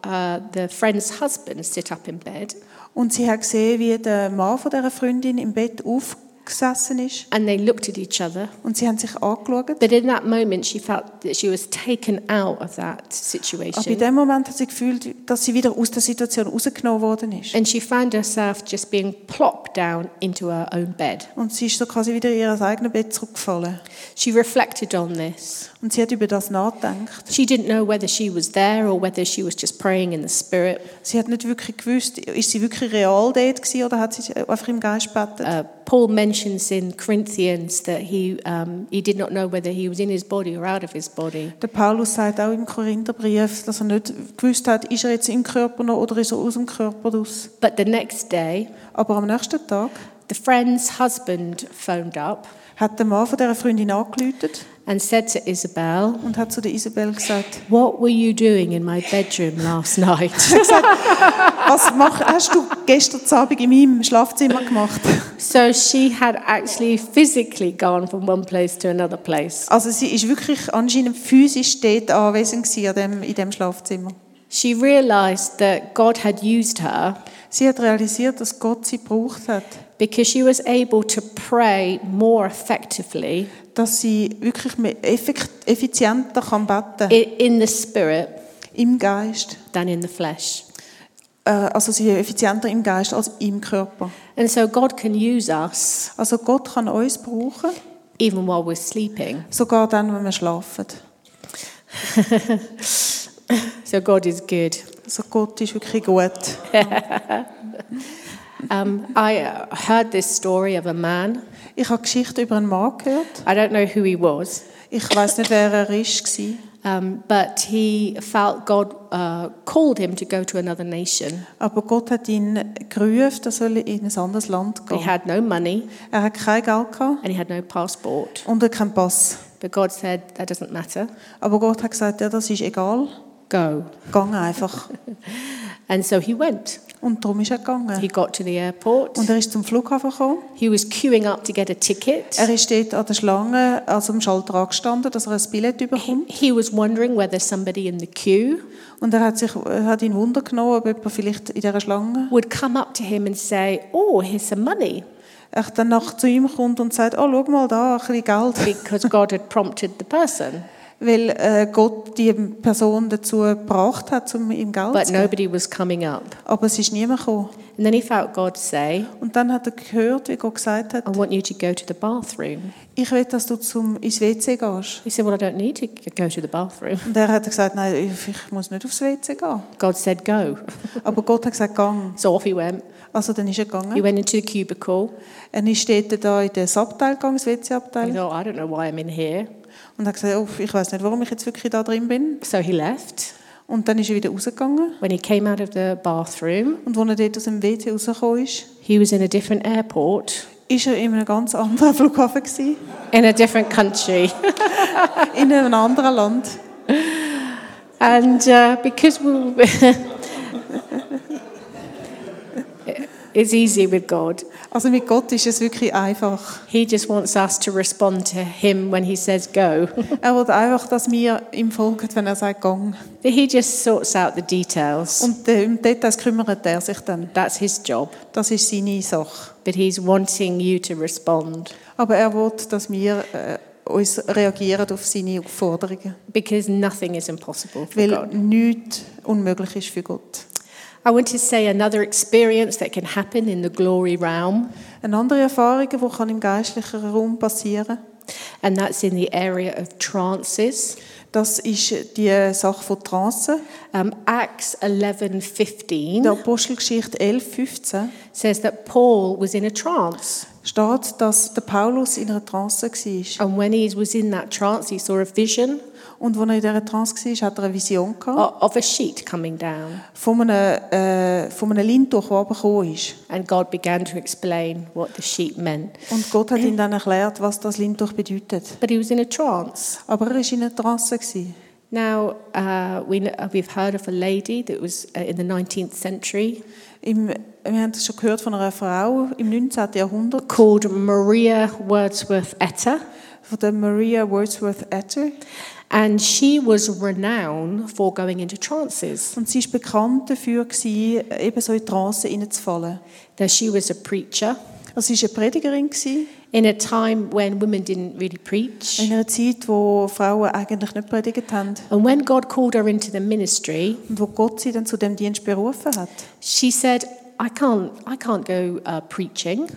Speaker 1: uh, the friend's husband sit up in bed
Speaker 2: Und sie hat gesehen, wie der Mann von dieser Freundin im Bett aufgesessen ist.
Speaker 1: and they looked at each other.
Speaker 2: Und sie haben sich angeschaut.
Speaker 1: But in that moment, she felt that she was taken out of that
Speaker 2: Aber in
Speaker 1: situation.
Speaker 2: dem Moment hat sie gefühlt, dass sie wieder aus der Situation rausgenommen worden ist.
Speaker 1: And she found herself just being plopped down into her own bed.
Speaker 2: Und sie ist so quasi wieder in ihr eigenes Bett zurückgefallen.
Speaker 1: She reflected on this.
Speaker 2: Und sie hat über das nachgedacht.
Speaker 1: She didn't know whether she was there or whether she was just praying in the spirit.
Speaker 2: Sie hat nicht wirklich gewusst, ist sie wirklich real dort gewesen oder hat sie einfach im Geist gebetet.
Speaker 1: Uh, Paul mentions in Corinthians that he, um, he did not know whether he was in his body or out of his body.
Speaker 2: Der Paulus sagt auch im Korintherbrief, dass er nicht gewusst hat, ist er jetzt im Körper noch oder ist er aus dem Körper raus.
Speaker 1: But the next day,
Speaker 2: Aber am nächsten Tag
Speaker 1: The friend's husband phoned up
Speaker 2: hat der Mann von dieser Freundin angeläutet
Speaker 1: and said to Isabel,
Speaker 2: und hat zu der Isabel gesagt,
Speaker 1: What were you doing in my bedroom last [laughs] night?
Speaker 2: was mach, hast du gestern Abend in meinem Schlafzimmer gemacht?
Speaker 1: so she had actually physically gone from one place to another place.
Speaker 2: Also sie ist wirklich anscheinend physisch dort anwesend gewesen an dem, in dem Schlafzimmer.
Speaker 1: She realized that God had used her
Speaker 2: Sie hat realisiert, dass Gott sie gebraucht hat,
Speaker 1: because she was able to pray more effectively
Speaker 2: dass sie wirklich mehr effekt, effizienter kann beten
Speaker 1: i- in the spirit
Speaker 2: im Geist.
Speaker 1: than in the flesh.
Speaker 2: Äh, Also sie ist effizienter im Geist als im Körper.
Speaker 1: And so God can use us
Speaker 2: Also Gott kann uns brauchen,
Speaker 1: even while we're sleeping. [laughs]
Speaker 2: sogar dann, wenn wir schlafen.
Speaker 1: So God is good.
Speaker 2: Also Gott ist wirklich gut.
Speaker 1: Um, I uh, heard this story of a man
Speaker 2: Ich habe Geschichte über einen Mann gehört.
Speaker 1: I don't know who he was,
Speaker 2: Ich weiß nicht, wer er ist gsi,
Speaker 1: um, but he felt God uh, called him to go to another nation.
Speaker 2: aber Gott hat ihn gerufen, er soll in ein anderes Land
Speaker 1: He
Speaker 2: gehen.
Speaker 1: had no money
Speaker 2: Er hat kein Geld gehabt
Speaker 1: and he had no passport,
Speaker 2: und er keinen Pass.
Speaker 1: but God said, That doesn't matter,
Speaker 2: Aber Gott hat gesagt, ja, das ist egal,
Speaker 1: go.
Speaker 2: gang einfach.
Speaker 1: And so he went.
Speaker 2: Und darum ist er
Speaker 1: He
Speaker 2: gegangen.
Speaker 1: got to the airport.
Speaker 2: Und er ist zum Flughafen gekommen.
Speaker 1: He was queuing up to get a ticket.
Speaker 2: Er ist dort an der Schlange, also am Schalter angestanden, dass er ein Billett bekommt.
Speaker 1: He was wondering whether somebody in the queue
Speaker 2: Und er hat, sich, er hat ihn Wunder genommen, ob jemand vielleicht in dieser Schlange
Speaker 1: would come up to him and say, Oh, here's some money,
Speaker 2: er dann nach zu ihm kommt und sagt, oh, schau mal da, ein bisschen Geld.
Speaker 1: because God had prompted the person.
Speaker 2: weil äh, Gott die Person dazu gebracht hat, um ihm Geld
Speaker 1: But
Speaker 2: zu geben.
Speaker 1: nobody was coming up.
Speaker 2: Aber es ist niemand gekommen.
Speaker 1: And then he felt God say,
Speaker 2: Und dann hat er gehört, wie Gott gesagt
Speaker 1: I
Speaker 2: hat,
Speaker 1: want you to go to the bathroom.
Speaker 2: ich will, dass du zum, ins WC gehst.
Speaker 1: He said, Well, I don't need to go to the bathroom.
Speaker 2: Und er hat gesagt, nein, ich ich muss nicht aufs WC gehen.
Speaker 1: God said, Go.
Speaker 2: Aber Gott hat gesagt, gang.
Speaker 1: So off he went.
Speaker 2: Also dann ist er
Speaker 1: He
Speaker 2: gegangen.
Speaker 1: went into the cubicle.
Speaker 2: Er ist dort da in den Abteil gegangen, das
Speaker 1: He
Speaker 2: WC-Abteil.
Speaker 1: thought, I don't know why I'm in here.
Speaker 2: Und hat gesagt, oh, ich weiß nicht, warum ich jetzt wirklich da drin bin.
Speaker 1: So he left.
Speaker 2: Und dann ist er wieder rausgegangen.
Speaker 1: When he came out of the bathroom,
Speaker 2: Und als er dort aus dem WC rausgekommen ist,
Speaker 1: he was in a different airport
Speaker 2: ist er in einem ganz anderen [laughs] Flughafen gewesen,
Speaker 1: in a different country.
Speaker 2: in einem anderen Land.
Speaker 1: And uh, because we, [laughs] it's easy with God,
Speaker 2: Also mit Gott ist es wirklich einfach.
Speaker 1: He just wants us to respond to Him when He says go. [laughs]
Speaker 2: Er will einfach, dass wir ihm folgen, wenn er sagt, gang.
Speaker 1: he just sorts out the details.
Speaker 2: Und äh, um Details kümmert er sich dann.
Speaker 1: That's His job.
Speaker 2: Das ist seine Sache.
Speaker 1: But He's wanting you to respond
Speaker 2: Aber er will, dass wir äh, uns reagieren auf seine Aufforderungen.
Speaker 1: because nothing is impossible for
Speaker 2: Weil
Speaker 1: God.
Speaker 2: nichts unmöglich ist für Gott.
Speaker 1: I want to say another experience that can happen in the glory realm,
Speaker 2: Eine andere Erfahrung, die kann im geistlichen Raum passieren
Speaker 1: and that's in the area of trances.
Speaker 2: das ist die Sache von Trance.
Speaker 1: Um, Acts eleven fifteen.
Speaker 2: In der Apostelgeschichte 11, 15
Speaker 1: says that Paul was in a trance.
Speaker 2: steht, dass der Paulus in einer Trance war.
Speaker 1: And when he was in that trance, he saw a vision
Speaker 2: Und als er in dieser Trance war, hat er eine Vision gehabt
Speaker 1: o- of a sheet coming down.
Speaker 2: von einem, äh, von einem Lindtuch, der runtergekommen ist.
Speaker 1: And God began to explain what the sheet meant.
Speaker 2: Und Gott hat ihm dann erklärt, was das Lindtuch bedeutet.
Speaker 1: But he was in a trance.
Speaker 2: Aber er war in einer Trance. gewesen.
Speaker 1: Now, uh, we, kn- uh, we've heard of a lady that was uh, in the 19th century
Speaker 2: Im, wir haben das schon gehört von einer Frau im 19. Jahrhundert,
Speaker 1: called Maria Wordsworth Etta.
Speaker 2: von der Maria Wordsworth Etter.
Speaker 1: And she was renowned for going into trances.
Speaker 2: Und sie war bekannt dafür, gewesen, eben so in Trance hineinzufallen.
Speaker 1: Now, she was a preacher
Speaker 2: Also sie war eine Predigerin, gewesen,
Speaker 1: in a time when women didn't really preach.
Speaker 2: in einer Zeit, wo Frauen eigentlich nicht predigt haben.
Speaker 1: And when God called her into the ministry,
Speaker 2: Und wo Gott sie dann zu dem Dienst berufen hat,
Speaker 1: she said, I can't, I can't go uh, preaching.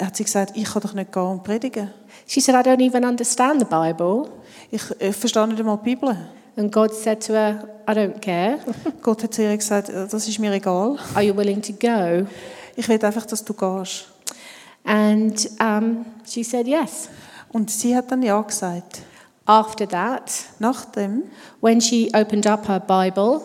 Speaker 2: hat sie gesagt, ich kann doch nicht gehen und predigen.
Speaker 1: She said, I don't even understand the Bible.
Speaker 2: Ich, ich verstehe nicht einmal die Bibel.
Speaker 1: And God said to her, I don't care.
Speaker 2: Gott hat zu ihr gesagt, äh, das ist mir egal.
Speaker 1: Are you willing to go?
Speaker 2: Ich will einfach, dass du gehst.
Speaker 1: And um, she said, Yes.
Speaker 2: Und sie hat dann ja gesagt.
Speaker 1: After that,
Speaker 2: Nachdem,
Speaker 1: when she opened up her Bible,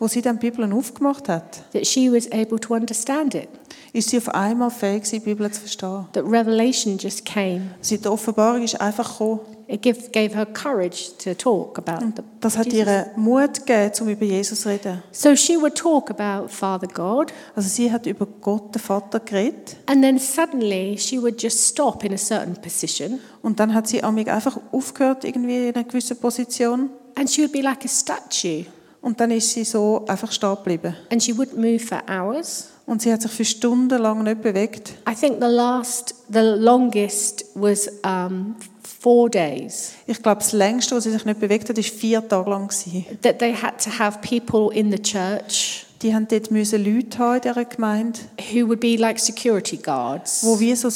Speaker 2: wo sie dann die Bibel aufgemacht hat,
Speaker 1: that she was able to understand it,
Speaker 2: ist sie auf einmal fähig, gewesen, die Bibel zu verstehen.
Speaker 1: that revelation just came.
Speaker 2: Sie, die Offenbarung ist einfach gekommen.
Speaker 1: It give, gave her courage to talk about the,
Speaker 2: Mm, Das hat
Speaker 1: Jesus.
Speaker 2: ihr Mut gegeben, um über Jesus zu reden.
Speaker 1: So she would talk about Father God,
Speaker 2: Also sie hat über Gott, den Vater, geredet.
Speaker 1: And then suddenly she would just stop in a certain position
Speaker 2: Und dann hat sie amig einfach aufgehört, irgendwie in einer gewissen Position.
Speaker 1: and she would be like a statue
Speaker 2: Und dann ist sie so einfach stehen geblieben.
Speaker 1: and she would move for hours.
Speaker 2: Und sie hat sich für Stunden lang nicht bewegt.
Speaker 1: I think the last, the longest was um, four days
Speaker 2: Ich glaube, das längste, wo sie sich nicht bewegt hat, ist vier Tage lang. Gewesen.
Speaker 1: that they had to have people in the church
Speaker 2: Die haben dort müssen Leute haben in dieser Gemeinde,
Speaker 1: who would be like security guards
Speaker 2: wo wie so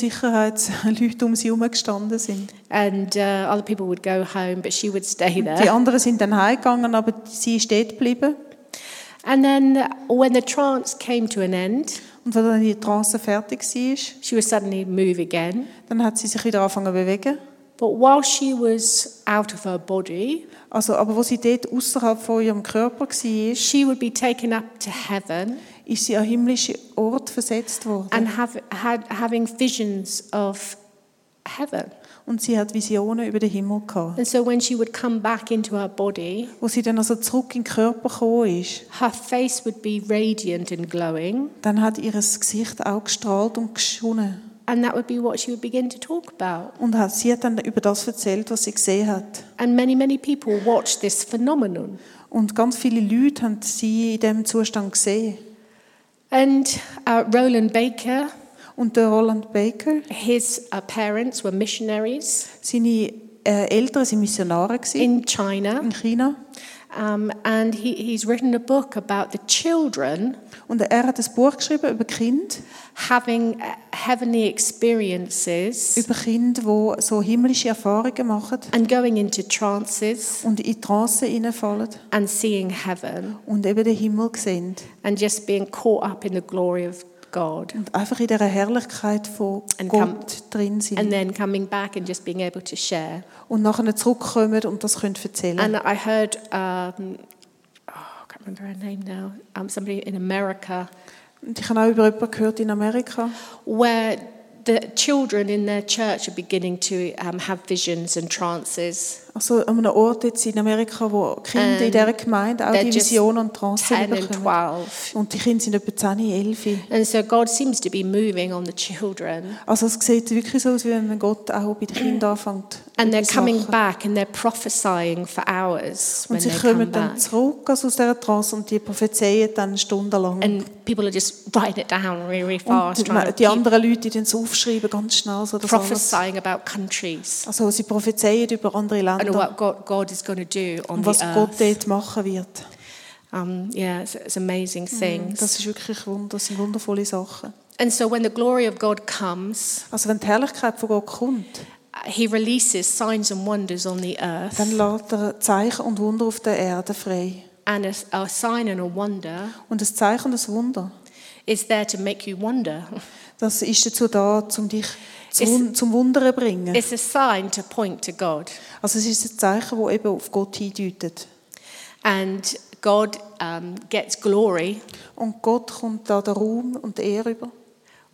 Speaker 2: Sicherheitsleute um sie herum gestanden sind.
Speaker 1: and uh, other people would go home but she would stay
Speaker 2: Die
Speaker 1: there.
Speaker 2: anderen sind dann heimgegangen, aber sie ist dort geblieben.
Speaker 1: And then when the trance came to an end,
Speaker 2: Und als dann die Trance fertig war,
Speaker 1: she would suddenly move again.
Speaker 2: dann hat sie sich wieder angefangen zu bewegen.
Speaker 1: But while she was out of her body,
Speaker 2: Also, aber wo sie dort außerhalb von ihrem Körper war, ist
Speaker 1: she would be taken up to heaven
Speaker 2: sie an einen himmlischen Ort versetzt worden.
Speaker 1: and have, had, having visions of heaven.
Speaker 2: Und sie hat Visionen über den Himmel gehabt.
Speaker 1: And so when she would come back into her body,
Speaker 2: Wo sie dann also zurück in den Körper gekommen ist,
Speaker 1: her face would be radiant and glowing,
Speaker 2: dann hat ihr Gesicht auch gestrahlt und geschonnen.
Speaker 1: and that would be what she would begin to talk about.
Speaker 2: Und hat, sie hat dann über das erzählt, was sie gesehen hat.
Speaker 1: And many, many people watched this phenomenon.
Speaker 2: Und ganz viele Leute haben sie in diesem Zustand gesehen.
Speaker 1: And uh, Roland Baker,
Speaker 2: Und der Roland Baker,
Speaker 1: his uh, parents were missionaries
Speaker 2: seine äh, Eltern waren Missionare gewesen,
Speaker 1: in China,
Speaker 2: in China.
Speaker 1: um, and he, he's written a book about the children
Speaker 2: Und er hat ein Buch geschrieben über Kinder,
Speaker 1: having uh, heavenly experiences
Speaker 2: über Kinder, die so himmlische Erfahrungen machen
Speaker 1: and going into trances
Speaker 2: und in Trance hineinfallen
Speaker 1: and seeing heaven
Speaker 2: und eben den Himmel sehen.
Speaker 1: and just being caught up in the glory of God
Speaker 2: Und einfach in dieser Herrlichkeit von
Speaker 1: And come-
Speaker 2: Gott drin sind.
Speaker 1: and then coming back and just being able to share.
Speaker 2: und nachher zurückkommen und das können erzählen.
Speaker 1: And I heard, um, oh, I can't remember her name now, um, somebody in America
Speaker 2: und ich habe auch über jemanden gehört in Amerika,
Speaker 1: where the children in their church are beginning to um, have visions and trances.
Speaker 2: Also an einem Ort jetzt in Amerika, wo Kinder in dieser Gemeinde auch
Speaker 1: Ähm, they're
Speaker 2: die
Speaker 1: just
Speaker 2: Vision und Trance
Speaker 1: 10 and
Speaker 2: bekommen.
Speaker 1: 12.
Speaker 2: Und die Kinder sind etwa 10, 11.
Speaker 1: And so God seems to be moving on the children.
Speaker 2: Also es sieht wirklich so aus, wie wenn Gott auch bei den Kindern anfängt.
Speaker 1: And they're
Speaker 2: etwas
Speaker 1: coming
Speaker 2: machen.
Speaker 1: back and they're prophesying for hours when
Speaker 2: Und sie
Speaker 1: they come
Speaker 2: kommen dann
Speaker 1: back.
Speaker 2: zurück also aus dieser Trance und die prophezeien dann stundenlang.
Speaker 1: And people are just writing it down really, really fast,
Speaker 2: Und
Speaker 1: trying
Speaker 2: die-
Speaker 1: to
Speaker 2: die
Speaker 1: keep
Speaker 2: anderen Leute die es aufschreiben ganz schnell. So das alles.
Speaker 1: prophesying about countries
Speaker 2: Also sie prophezeien über andere
Speaker 1: and
Speaker 2: Länder
Speaker 1: what God, God is going to do on
Speaker 2: und
Speaker 1: the
Speaker 2: was Gott
Speaker 1: earth.
Speaker 2: dort machen wird.
Speaker 1: Um, yeah, it's, it's amazing things.
Speaker 2: Das ist wirklich wund- das sind wundervolle Sachen.
Speaker 1: And so when the glory of God comes,
Speaker 2: Also wenn die Herrlichkeit von Gott kommt,
Speaker 1: uh, he releases signs and wonders on the earth.
Speaker 2: dann lässt er Zeichen und Wunder auf der Erde frei.
Speaker 1: And a, s- a sign and a wonder
Speaker 2: Und das Zeichen, das Wunder,
Speaker 1: is there to make you wonder.
Speaker 2: das ist dazu da, um dich zu
Speaker 1: Es-
Speaker 2: Wun- zum Wundern zu bringen.
Speaker 1: It's a sign to point to God.
Speaker 2: Also es ist ein Zeichen, das eben auf Gott hindeutet.
Speaker 1: And God um, gets glory
Speaker 2: Und Gott kommt da der Raum und die Ehre über,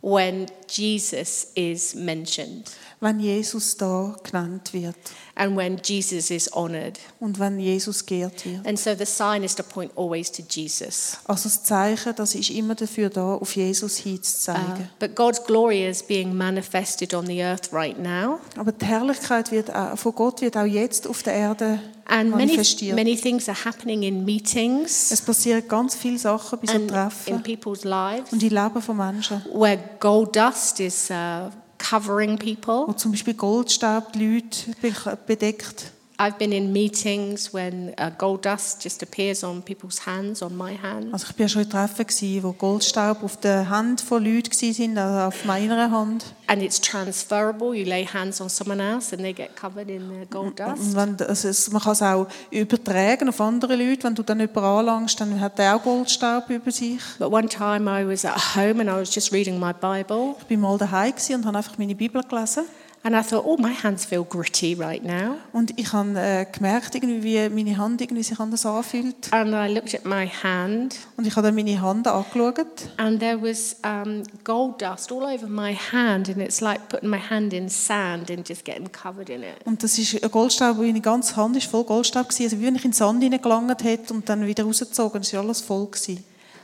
Speaker 1: when Jesus is mentioned
Speaker 2: wenn Jesus da genannt wird
Speaker 1: and when Jesus is honored.
Speaker 2: und wenn Jesus geehrt wird.
Speaker 1: And so the sign is to point always to Jesus.
Speaker 2: Also das Zeichen, das ist immer dafür da, auf Jesus
Speaker 1: Uh,
Speaker 2: hinzuzeigen.
Speaker 1: but God's glory is being manifested on the earth right now.
Speaker 2: Aber die Herrlichkeit wird auch, von Gott wird auch jetzt auf der Erde
Speaker 1: And many,
Speaker 2: manifestiert.
Speaker 1: many things are happening in meetings
Speaker 2: es passieren ganz viele Sachen bei so
Speaker 1: and in
Speaker 2: Treffen
Speaker 1: people's lives
Speaker 2: und im Leben von Menschen.
Speaker 1: where gold dust is uh, covering people.
Speaker 2: Wo zum Beispiel Goldstaub die Leute be- bedeckt.
Speaker 1: I've been in meetings when uh, gold dust just appears on people's hands, on my hands.
Speaker 2: Also ich war schon in Treffen, gewesen, wo Goldstaub auf der Hand von Leuten waren, also auf meiner Hand.
Speaker 1: And it's transferable. You lay hands on someone else and they get covered in uh, gold
Speaker 2: Und
Speaker 1: dust.
Speaker 2: wenn, also es, man kann es auch übertragen auf andere Leute. Wenn du dann jemanden anlangst, dann hat er auch Goldstaub über sich.
Speaker 1: But one time I was at home and I was just reading my Bible.
Speaker 2: Ich war mal daheim gewesen und habe einfach meine Bibel gelesen.
Speaker 1: And I thought, oh, my hands feel gritty right now.
Speaker 2: Und ich habe äh, gemerkt, irgendwie, wie meine Hand irgendwie sich anders anfühlt.
Speaker 1: And I looked at my hand,
Speaker 2: Und ich habe dann meine Hand angeschaut.
Speaker 1: and there was um, gold dust all over my hand, and it's like putting my hand in sand and just getting covered in it.
Speaker 2: Und das ist ein Goldstaub, meine ganze Hand ist voll Goldstaub gewesen. Also wie wenn ich in den Sand hineingelangt hätte und dann wieder rausgezogen. Es war alles voll. Gewesen.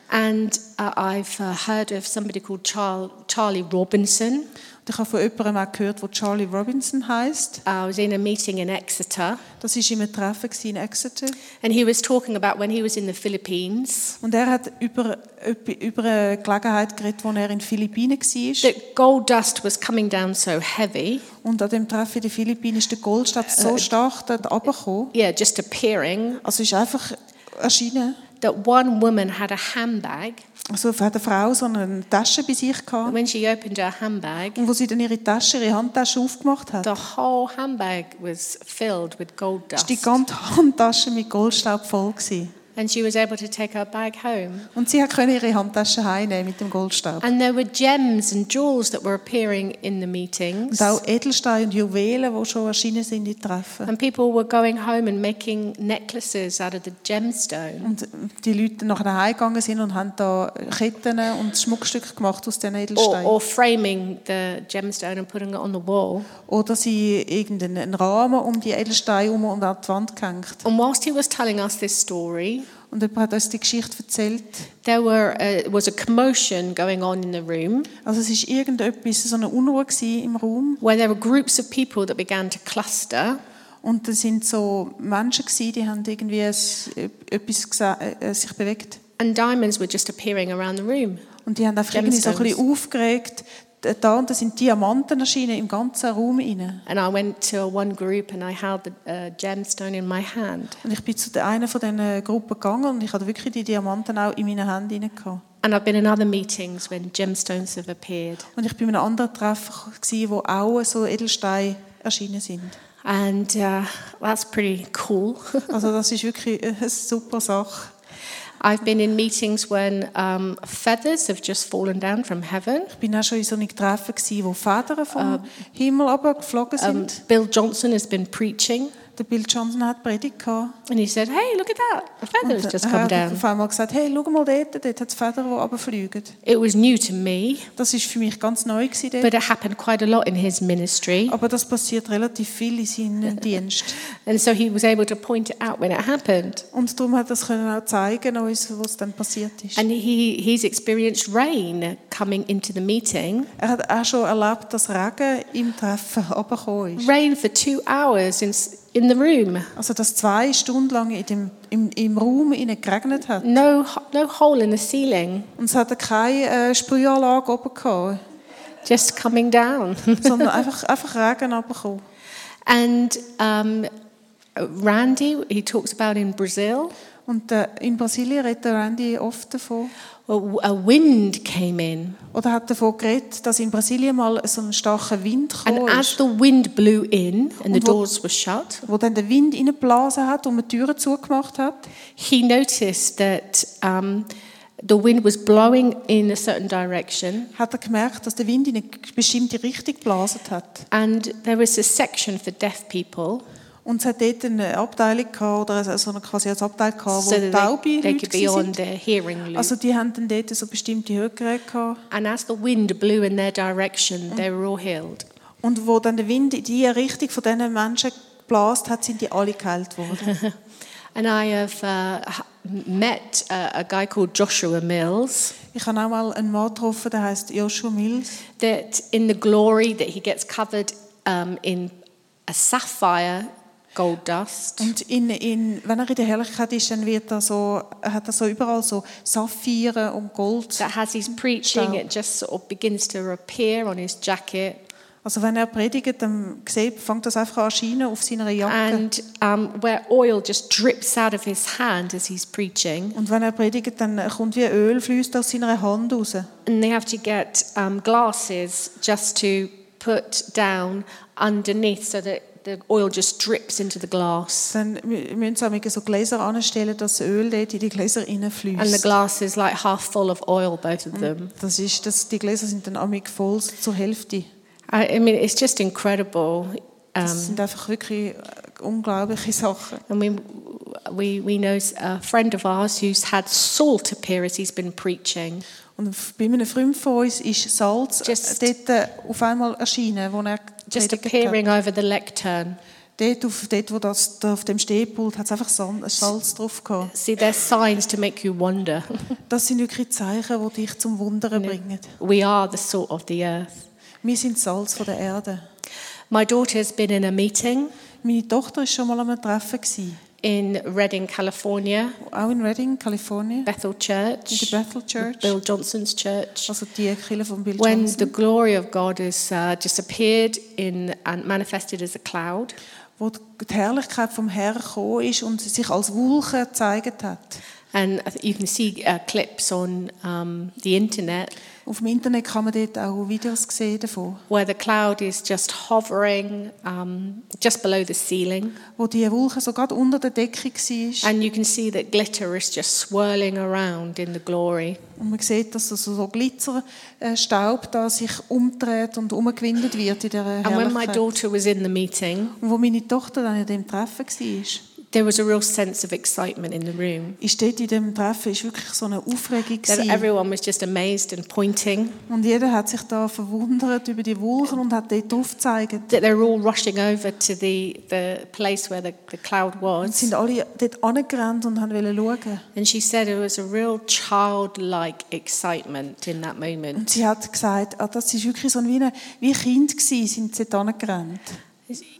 Speaker 1: And uh, I've uh, heard of somebody called Char- Charlie Robinson.
Speaker 2: Und ich habe von jemandem auch gehört, der Charlie Robinson heißt.
Speaker 1: Uh, I was in a meeting in Exeter,
Speaker 2: Das war in einem Treffen gewesen in Exeter.
Speaker 1: and he was talking about when he was in the Philippines
Speaker 2: Und er hat über, über über eine Gelegenheit geredet, wo er in den Philippinen war.
Speaker 1: that gold dust was coming down so heavy,
Speaker 2: Und an dem Treffen in den Philippinen ist der Goldstaub so stark dort runtergekommen.
Speaker 1: yeah, just appearing,
Speaker 2: Also ist einfach erschienen.
Speaker 1: that one woman had a handbag.
Speaker 2: Also hat eine Frau so eine Tasche bei sich
Speaker 1: And
Speaker 2: gehabt.
Speaker 1: when she opened her handbag,
Speaker 2: Und wo sie dann ihre Tasche, ihre Handtasche aufgemacht hat,
Speaker 1: The whole handbag was filled with gold
Speaker 2: ist die
Speaker 1: dust.
Speaker 2: ganze Handtasche mit Goldstaub voll gewesen.
Speaker 1: And she was able to take her bag home.
Speaker 2: Und sie konnte ihre Handtasche heimnehmen mit dem Goldstaub.
Speaker 1: And there were gems and jewels that were appearing in the meetings.
Speaker 2: Und auch Edelsteine und Juwelen, die schon erschienen sind in Treffen.
Speaker 1: And people were going home and making necklaces out of the gemstone.
Speaker 2: Und die Leute nachher heimgegangen sind und haben da Ketten und Schmuckstücke gemacht aus diesen
Speaker 1: Or,
Speaker 2: Edelsteinen.
Speaker 1: or framing the gemstone and putting it on the wall.
Speaker 2: Oder sie irgendeinen Rahmen um die Edelsteine herum und an die Wand gehängt.
Speaker 1: And whilst he was telling us this story,
Speaker 2: Und jemand hat uns die Geschichte erzählt.
Speaker 1: there were, uh, was a commotion going on in the room
Speaker 2: Also es ist irgendetwas, so eine Unruhe gewesen im Raum.
Speaker 1: where there were groups of people that began to cluster.
Speaker 2: Und da sind so Menschen gewesen, die haben irgendwie es- etwas gesa- äh, sich bewegt.
Speaker 1: And diamonds were just appearing around the room.
Speaker 2: Und die haben einfach irgendwie so ein
Speaker 1: Gemstones.
Speaker 2: bisschen aufgeregt. Äh, Da und da sind Diamanten erschienen im ganzen Raum inne.
Speaker 1: And I went to one group and I held the uh, gemstone in my hand.
Speaker 2: Und ich bin zu der einen von diesen Gruppen gegangen und ich hatte wirklich die Diamanten auch in meinen Händen inne gehabt.
Speaker 1: And I've been in other meetings when gemstones have appeared.
Speaker 2: Und ich bin in einem anderen Treffen gewesen, wo auch so Edelsteine erschienen sind.
Speaker 1: And uh, that's pretty cool. [laughs]
Speaker 2: Also das ist wirklich eine super Sache.
Speaker 1: I've been in meetings when um, feathers have just fallen down from heaven.
Speaker 2: Ich bin auch schon in so einem Treffen, gewesen, wo Federn vom Himmel
Speaker 1: Um,
Speaker 2: runtergeflogen sind.
Speaker 1: Bill Johnson has been preaching,
Speaker 2: der Bill Johnson hat Predigt gehabt.
Speaker 1: And he said, Hey, look at that. A feather's
Speaker 2: Und äh,
Speaker 1: just
Speaker 2: er
Speaker 1: come
Speaker 2: hat
Speaker 1: down.
Speaker 2: auf einmal gesagt, hey, schau mal dort, dort hat es Federn, die runterfliegen.
Speaker 1: It was new to me,
Speaker 2: Das war für mich ganz neu. Gewesen dort.
Speaker 1: but it happened quite a lot in his ministry.
Speaker 2: Aber das passiert relativ viel in seinem Dienst.
Speaker 1: And so he was able to point it out when it happened.
Speaker 2: Und darum hat er es können auch zeigen, uns, was dann passiert ist.
Speaker 1: And he, he's experienced rain coming into the meeting.
Speaker 2: Er hat auch schon erlebt, dass Regen im Treffen [laughs] runtergekommen ist.
Speaker 1: Rain for two hours in, s- in the room.
Speaker 2: Also, dass zwei Stunden lang in dem, im, im Raum innen geregnet hat.
Speaker 1: No, ho- no hole in the ceiling,
Speaker 2: Und es hatte keine äh, Sprühanlage oben, gehabt,
Speaker 1: just coming down. [laughs]
Speaker 2: sondern einfach, einfach Regen runtergekommen.
Speaker 1: and um, Randy, he talks about in Brazil,
Speaker 2: Und äh, in Brasilien redet der Randy oft davon.
Speaker 1: a a wind came in.
Speaker 2: Oder hat davon geredet, dass in Brasilien mal so ein starker Wind
Speaker 1: And
Speaker 2: kam,
Speaker 1: as the wind blew in and the
Speaker 2: Und wo-
Speaker 1: doors were shut,
Speaker 2: wo dann der Wind reingeblasen hat und man die Türen zugemacht hat.
Speaker 1: he noticed that um, the wind was blowing in a certain direction
Speaker 2: Hat er gemerkt, dass der Wind in eine bestimmte Richtung geblasen hat.
Speaker 1: and there was a section for deaf people
Speaker 2: Und es hat dort eine Abteilung gehabt, oder so eine, quasi als Abteil gehabt, wo
Speaker 1: so that
Speaker 2: taube
Speaker 1: they, they
Speaker 2: Leute
Speaker 1: could be on
Speaker 2: gewesen sind.
Speaker 1: their hearing loop.
Speaker 2: Also die haben dann dort so bestimmte Hörgeräte gehabt.
Speaker 1: and as the wind blew in their direction, they were all healed.
Speaker 2: Und wo dann der Wind in die Richtung von diesen Menschen geblasen hat, sind die alle geheilt worden.
Speaker 1: And I have uh, h- met uh, a guy called Joshua Mills
Speaker 2: ich habe auch mal einen Mann getroffen, der heißt Joshua Mills.
Speaker 1: that in the glory that he gets covered um, in a sapphire gold dust.
Speaker 2: Und in, in, wenn er in der Herrlichkeit ist, dann wird er so, hat er so überall so Saphire und Gold.
Speaker 1: that as he's preaching,
Speaker 2: So-
Speaker 1: it just sort of begins to appear on his jacket.
Speaker 2: Also wenn er predigt, dann sieht, fängt das einfach an zu scheinen auf seiner Jacke.
Speaker 1: And um, where oil just drips out of his hand as he's preaching.
Speaker 2: und wenn er predigt, dann kommt wie Öl fließt aus seiner Hand raus.
Speaker 1: And they have to get um, glasses just to put down underneath so that the oil just drips into the glass.
Speaker 2: Dann mü- müssen sie auch so Gläser anstellen, dass das Öl dort in die Gläser
Speaker 1: And the
Speaker 2: reinfließt.
Speaker 1: glass is like half full of oil, both of them.
Speaker 2: Das ist, das, die Gläser sind dann amig voll zur Hälfte.
Speaker 1: I, I mean, it's just incredible.
Speaker 2: Das
Speaker 1: Um,
Speaker 2: sind einfach wirklich äh, unglaubliche Sachen.
Speaker 1: and we, we, we know a friend of ours who's had salt appear as he's been preaching.
Speaker 2: Und f- bei einem Freund von uns ist Salz
Speaker 1: Just-
Speaker 2: äh, dort äh, auf einmal erschienen, wo er
Speaker 1: just
Speaker 2: gepredigt hat.
Speaker 1: appearing over the lectern.
Speaker 2: Dort, auf, dort, wo das, da auf dem Stehpult hat es einfach Sand, Salz drauf gehabt.
Speaker 1: See, there's signs to make you wonder. [laughs]
Speaker 2: Das sind wirklich Zeichen, die dich zum Wundern bringen.
Speaker 1: we are the salt of the earth.
Speaker 2: Wir sind Salz von der Erde.
Speaker 1: My daughter's been in a meeting
Speaker 2: Meine Tochter war schon mal an einem Treffen. Gewesen.
Speaker 1: in Redding, California,
Speaker 2: Auch in Redding, Kalifornien,
Speaker 1: Bethel
Speaker 2: in
Speaker 1: Church,
Speaker 2: der Bethel Church.
Speaker 1: Bill Johnson's church,
Speaker 2: Also die Kirche von Bill
Speaker 1: when
Speaker 2: Johnson.
Speaker 1: the glory of God is uh, just appeared in and manifested as a cloud.
Speaker 2: Wo die Herrlichkeit vom Herrn gekommen ist und sie sich als Wolke gezeigt hat.
Speaker 1: And I think you can see uh, clips on um, the internet
Speaker 2: Auf dem Internet kann man dort auch Videos sehen davon.
Speaker 1: where the cloud is just hovering um, just below the ceiling.
Speaker 2: Wo die Wolke so gerade unter der Decke war.
Speaker 1: And you can see that glitter is just swirling around in the glory.
Speaker 2: Und man sieht, dass so, so Glitzerstaub da sich umdreht und umgewindet wird in dieser
Speaker 1: And when my
Speaker 2: Herrlichkeit.
Speaker 1: daughter was in the meeting,
Speaker 2: Und wo meine Tochter dann in dem Treffen war,
Speaker 1: there was a real sense of excitement in the room.
Speaker 2: ist dort in dem Treffen ist wirklich so eine Aufregung
Speaker 1: That
Speaker 2: gewesen.
Speaker 1: everyone was just amazed and pointing,
Speaker 2: Und jeder hat sich da verwundert über die Wolken und hat dort drauf gezeigt.
Speaker 1: that they're all rushing over to the, the place where the, the cloud
Speaker 2: Und
Speaker 1: was.
Speaker 2: sind alle dort angerannt und haben wollen schauen.
Speaker 1: And she said it was a real childlike excitement in that
Speaker 2: Und
Speaker 1: moment.
Speaker 2: sie hat gesagt, ah, das ist wirklich so ein- wie, eine, wie Kind gewesen, sind sie dort angerannt.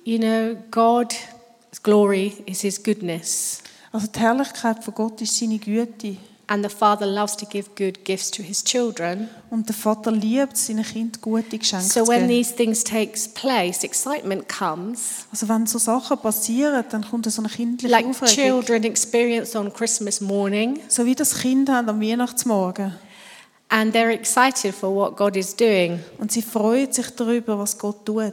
Speaker 1: You know, God's glory is His goodness,
Speaker 2: Also die Herrlichkeit von Gott ist seine Güte.
Speaker 1: and the Father loves to give good gifts to His children.
Speaker 2: Und der Vater liebt es, seinen Kindern gute Geschenke
Speaker 1: So
Speaker 2: zu
Speaker 1: when
Speaker 2: geben.
Speaker 1: these things takes place, excitement comes,
Speaker 2: Also wenn so Sachen passieren, dann kommt so eine kindliche
Speaker 1: like
Speaker 2: Aufregung.
Speaker 1: children experience on Christmas morning,
Speaker 2: So wie das Kind haben am Weihnachtsmorgen.
Speaker 1: and they're excited for what God is doing.
Speaker 2: Und sie freut sich darüber, was Gott tut.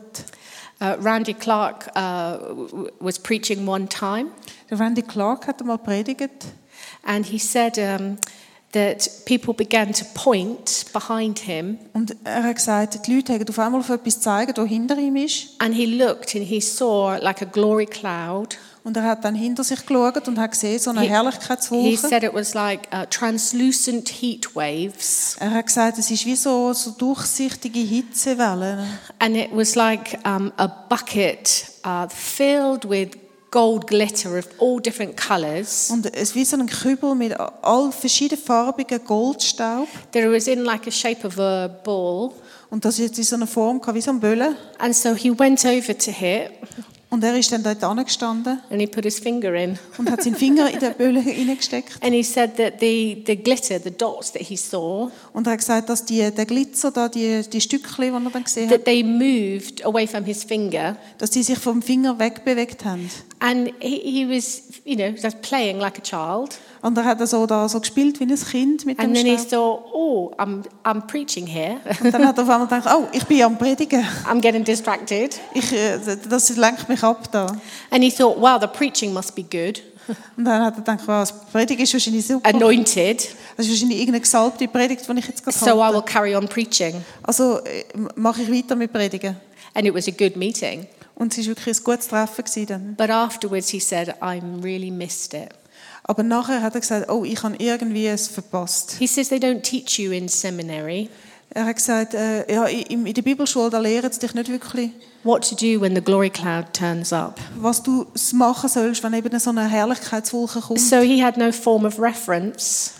Speaker 1: Uh, Randy Clark uh, w- w- was preaching one time,
Speaker 2: Der Randy Clark hat einmal predigt
Speaker 1: and he said um, that people began to point behind him
Speaker 2: Und er hat gesagt, die Leute haben auf einmal auf etwas gezeigt, das hinter ihm ist.
Speaker 1: and he looked and he saw like a glory cloud.
Speaker 2: Und er hat dann hinter sich geschaut und hat gesehen, so eine
Speaker 1: He- He
Speaker 2: Herrlichkeitswolke.
Speaker 1: said it was like uh, translucent heat waves
Speaker 2: Er hat gesagt, es ist wie so, so durchsichtige Hitzewellen.
Speaker 1: and it was like um, a bucket uh, filled with gold glitter of all different colors.
Speaker 2: Und es ist wie so ein Kübel mit all verschiedenfarbigen Goldstaub.
Speaker 1: There was in like a shape of a ball.
Speaker 2: Und das jetzt in so einer Form gehabt, wie so ein Böllen.
Speaker 1: And so he went over to it
Speaker 2: Und er ist dann dort angestanden
Speaker 1: and he put his finger in.
Speaker 2: und hat seinen Finger in den Böllen hineingesteckt.
Speaker 1: And he said that the, the glitter, the dots that he saw,
Speaker 2: Und er hat gesagt, dass die, der Glitzer da, die, die Stückchen, die er dann gesehen hat,
Speaker 1: that they moved away from his finger.
Speaker 2: dass die sich vom Finger wegbewegt haben.
Speaker 1: And he, he was, you know, just playing like a child.
Speaker 2: Und er hat dann so, da so gespielt wie ein Kind mit dem
Speaker 1: And then he
Speaker 2: Stab.
Speaker 1: saw, oh, I'm, I'm preaching here. [laughs]
Speaker 2: Und dann hat er auf einmal gedacht, oh, ich bin ja am Predigen.
Speaker 1: I'm getting distracted.
Speaker 2: Ich, äh, das lenkt mich ab da.
Speaker 1: And he thought, wow, the preaching must be good,
Speaker 2: Und dann hat er gedacht, wow, das Predigen ist wahrscheinlich super.
Speaker 1: anointed,
Speaker 2: Das ist wahrscheinlich irgendeine gesalbte Predigt, die ich jetzt gerade
Speaker 1: so I
Speaker 2: habe.
Speaker 1: will carry on preaching.
Speaker 2: Also äh, mache ich weiter mit Predigen.
Speaker 1: And it was a good meeting.
Speaker 2: Und es war wirklich ein gutes Treffen. Gewesen dann.
Speaker 1: But afterwards, he said, I really missed it.
Speaker 2: Aber nachher hat er gesagt, oh, ich habe irgendwie es verpasst.
Speaker 1: He says they don't teach you in seminary
Speaker 2: Er hat gesagt, äh, ja, in in der Bibelschule da lehren sie dich nicht wirklich,
Speaker 1: what to do when the glory cloud turns up.
Speaker 2: was du s- machen sollst, wenn eben so eine Herrlichkeitswolke kommt.
Speaker 1: So he had no form of reference,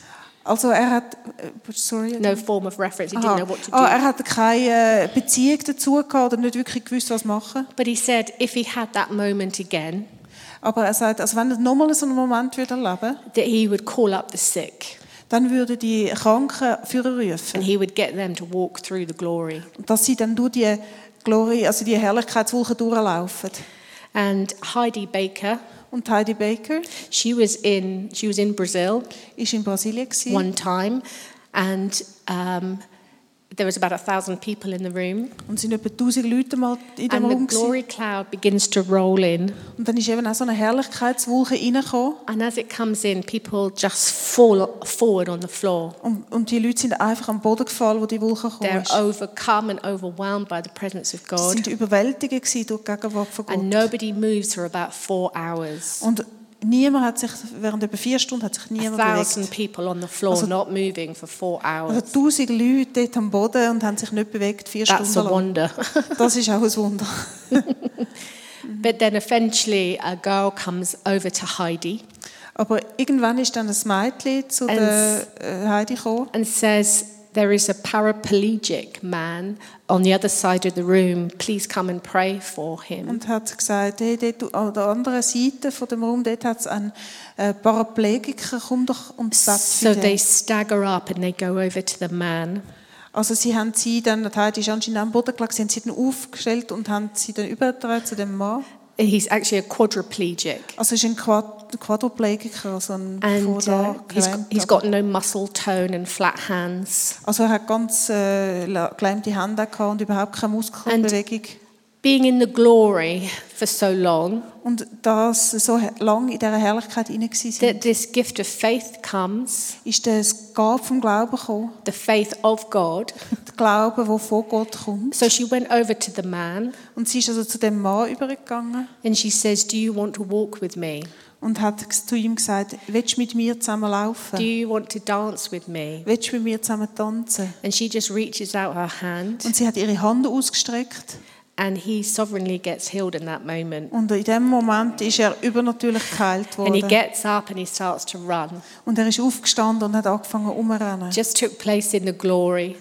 Speaker 2: Also er hat, äh, sorry,
Speaker 1: no form of reference. He didn't know
Speaker 2: Aha.
Speaker 1: what to
Speaker 2: Ah, er
Speaker 1: do.
Speaker 2: hat keine äh, Beziehung dazu gehabt oder nicht wirklich gewusst, was machen.
Speaker 1: But he said if he had that moment again,
Speaker 2: Aber er sagt, also wenn er nochmal so einen Moment würde erleben,
Speaker 1: that he would call up the sick
Speaker 2: dann würde die Kranken für ihn rufen,
Speaker 1: and he would get them to walk through the glory.
Speaker 2: dass sie dann durch die Glory, also die Herrlichkeitswolke durchlaufen.
Speaker 1: And Heidi Baker,
Speaker 2: Und Heidi Baker
Speaker 1: she was in she was in Brazil
Speaker 2: ist in Brasilien gewesen.
Speaker 1: one time, and um, there was about a thousand people in the room.
Speaker 2: Und es sind etwa 1000 Leute mal in dem
Speaker 1: And the
Speaker 2: Raum. gewesen.
Speaker 1: glory cloud begins to roll in.
Speaker 2: Und dann ist eben auch so eine Herrlichkeitswolke reingekommen.
Speaker 1: And as it comes in, people just fall forward on the floor.
Speaker 2: Und, und die Leute sind einfach am Boden gefallen, wo die Wolke gekommen
Speaker 1: They're
Speaker 2: ist.
Speaker 1: overcome and overwhelmed by the presence of
Speaker 2: Sie
Speaker 1: God.
Speaker 2: sind überwältigt gewesen durch die Gegenwart von Gott.
Speaker 1: And nobody moves for about four hours.
Speaker 2: Und niemand hat sich, während etwa vier Stunden hat sich
Speaker 1: A
Speaker 2: niemand
Speaker 1: thousand
Speaker 2: bewegt.
Speaker 1: people on the floor
Speaker 2: Also-
Speaker 1: not moving for four
Speaker 2: Also
Speaker 1: hours.
Speaker 2: tausend Leute dort am Boden und haben sich nicht bewegt, vier
Speaker 1: That's a
Speaker 2: Stunden lang. [laughs]
Speaker 1: wonder.
Speaker 2: Das ist auch ein Wunder.
Speaker 1: but then eventually a girl comes over to Heidi
Speaker 2: Aber irgendwann ist dann ein Mädchen zu
Speaker 1: Ein-
Speaker 2: der äh, Heidi gekommen
Speaker 1: and says, There is a paraplegic man on the other side of the room. Please come and pray for him.
Speaker 2: und hat gesagt, hey, dort an der anderen Seite von dem Raum, dort hat es einen äh, Paraplegiker, komm doch und bett
Speaker 1: So
Speaker 2: für
Speaker 1: they
Speaker 2: den.
Speaker 1: stagger up and they go over to the man.
Speaker 2: Also sie haben sie dann, die Heidi ist anscheinend am Boden gelegen, sie haben sie dann aufgestellt und haben sie dann übertragen zu dem Mann.
Speaker 1: He's actually a quadriplegic.
Speaker 2: Also es ist ein Quad Quadriplegiker, also ein
Speaker 1: And uh,
Speaker 2: Vorder-
Speaker 1: he's,
Speaker 2: gelähmter.
Speaker 1: he's got no muscle tone and flat hands.
Speaker 2: Also er hat ganz äh, la- gelähmte Hände gehabt und überhaupt keine Muskelbewegung.
Speaker 1: Being in the glory for so long,
Speaker 2: und dass sie so he- lang in dieser Herrlichkeit hinein waren,
Speaker 1: that this gift of faith comes,
Speaker 2: ist das Gab vom Glauben gekommen.
Speaker 1: the faith of God.
Speaker 2: Der Glaube, der von Gott kommt.
Speaker 1: So she went over to the man
Speaker 2: Und sie ist also zu dem Mann übergegangen
Speaker 1: and she says, Do you want to walk with me?
Speaker 2: und hat g- zu ihm gesagt, willst du mit mir zusammen
Speaker 1: Do
Speaker 2: laufen?
Speaker 1: you want to dance with me?
Speaker 2: Willst du mit mir zusammen tanzen?
Speaker 1: And she just reaches out her hand
Speaker 2: Und sie hat ihre Hand ausgestreckt
Speaker 1: and he sovereignly gets healed in that moment.
Speaker 2: und in dem Moment ist er übernatürlich geheilt
Speaker 1: And he
Speaker 2: worden.
Speaker 1: gets up and he starts to run.
Speaker 2: Und er ist aufgestanden und hat angefangen umzurennen.
Speaker 1: Just took place in the glory.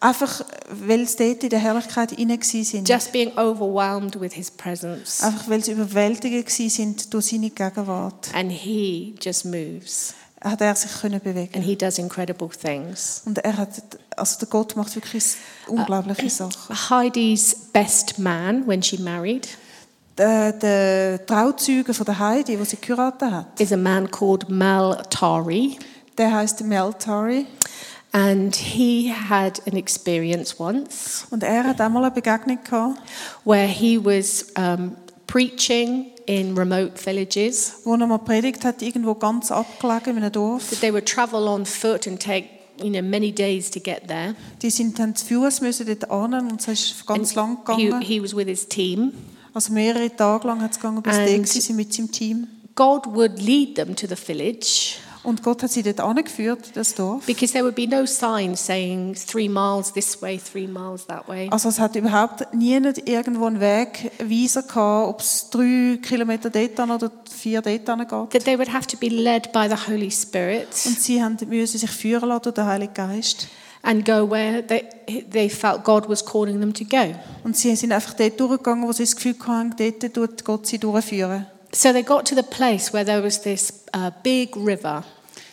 Speaker 2: Einfach, weil sie dort in der Herrlichkeit hinein sind.
Speaker 1: just being overwhelmed with his presence.
Speaker 2: Einfach, weil sie überwältigt sind durch seine Gegenwart.
Speaker 1: And he just moves
Speaker 2: Hat er sich können bewegen
Speaker 1: and he does incredible things.
Speaker 2: Und er hat, also der Gott macht wirklich unglaubliche
Speaker 1: Ah.
Speaker 2: Sachen.
Speaker 1: Heidi's best man, when she married,
Speaker 2: Der, der Trauzeuge von der Heidi, wo sie geheiratet hat,
Speaker 1: is a man called Mal Tari.
Speaker 2: der heißt Meltari.
Speaker 1: And he had an experience once
Speaker 2: Und er hat einmal eine Begegnung gehabt,
Speaker 1: where he was um, preaching in remote villages.
Speaker 2: wo er mal predigt hat, irgendwo ganz abgelegen in einem Dorf.
Speaker 1: That they would travel on foot and take you know many days to get there.
Speaker 2: Die sind dann zu Fuß müssen dort annehmen und es ist ganz lang
Speaker 1: He,
Speaker 2: gegangen.
Speaker 1: he was with his team.
Speaker 2: Also mehrere Tage lang hat es gegangen, bis
Speaker 1: And-
Speaker 2: der sie mit seinem Team.
Speaker 1: God would lead them to the village
Speaker 2: Und Gott hat sie dort angeführt, das Dorf.
Speaker 1: because there would be no sign saying three miles this way, three miles that way.
Speaker 2: Also es hat überhaupt niemand irgendwo einen Wegweiser gehabt, ob es drei Kilometer dort an oder vier dort an geht.
Speaker 1: That they would have to be led by the Holy Spirit
Speaker 2: Und sie haben, müssen sich führen lassen durch den Heiligen Geist.
Speaker 1: and go where they, they felt God was calling them to go.
Speaker 2: Und sie sind einfach dort durchgegangen, wo sie das Gefühl hatten, dort tut Gott sie durchführen.
Speaker 1: So they got to the place where there was this uh, big river,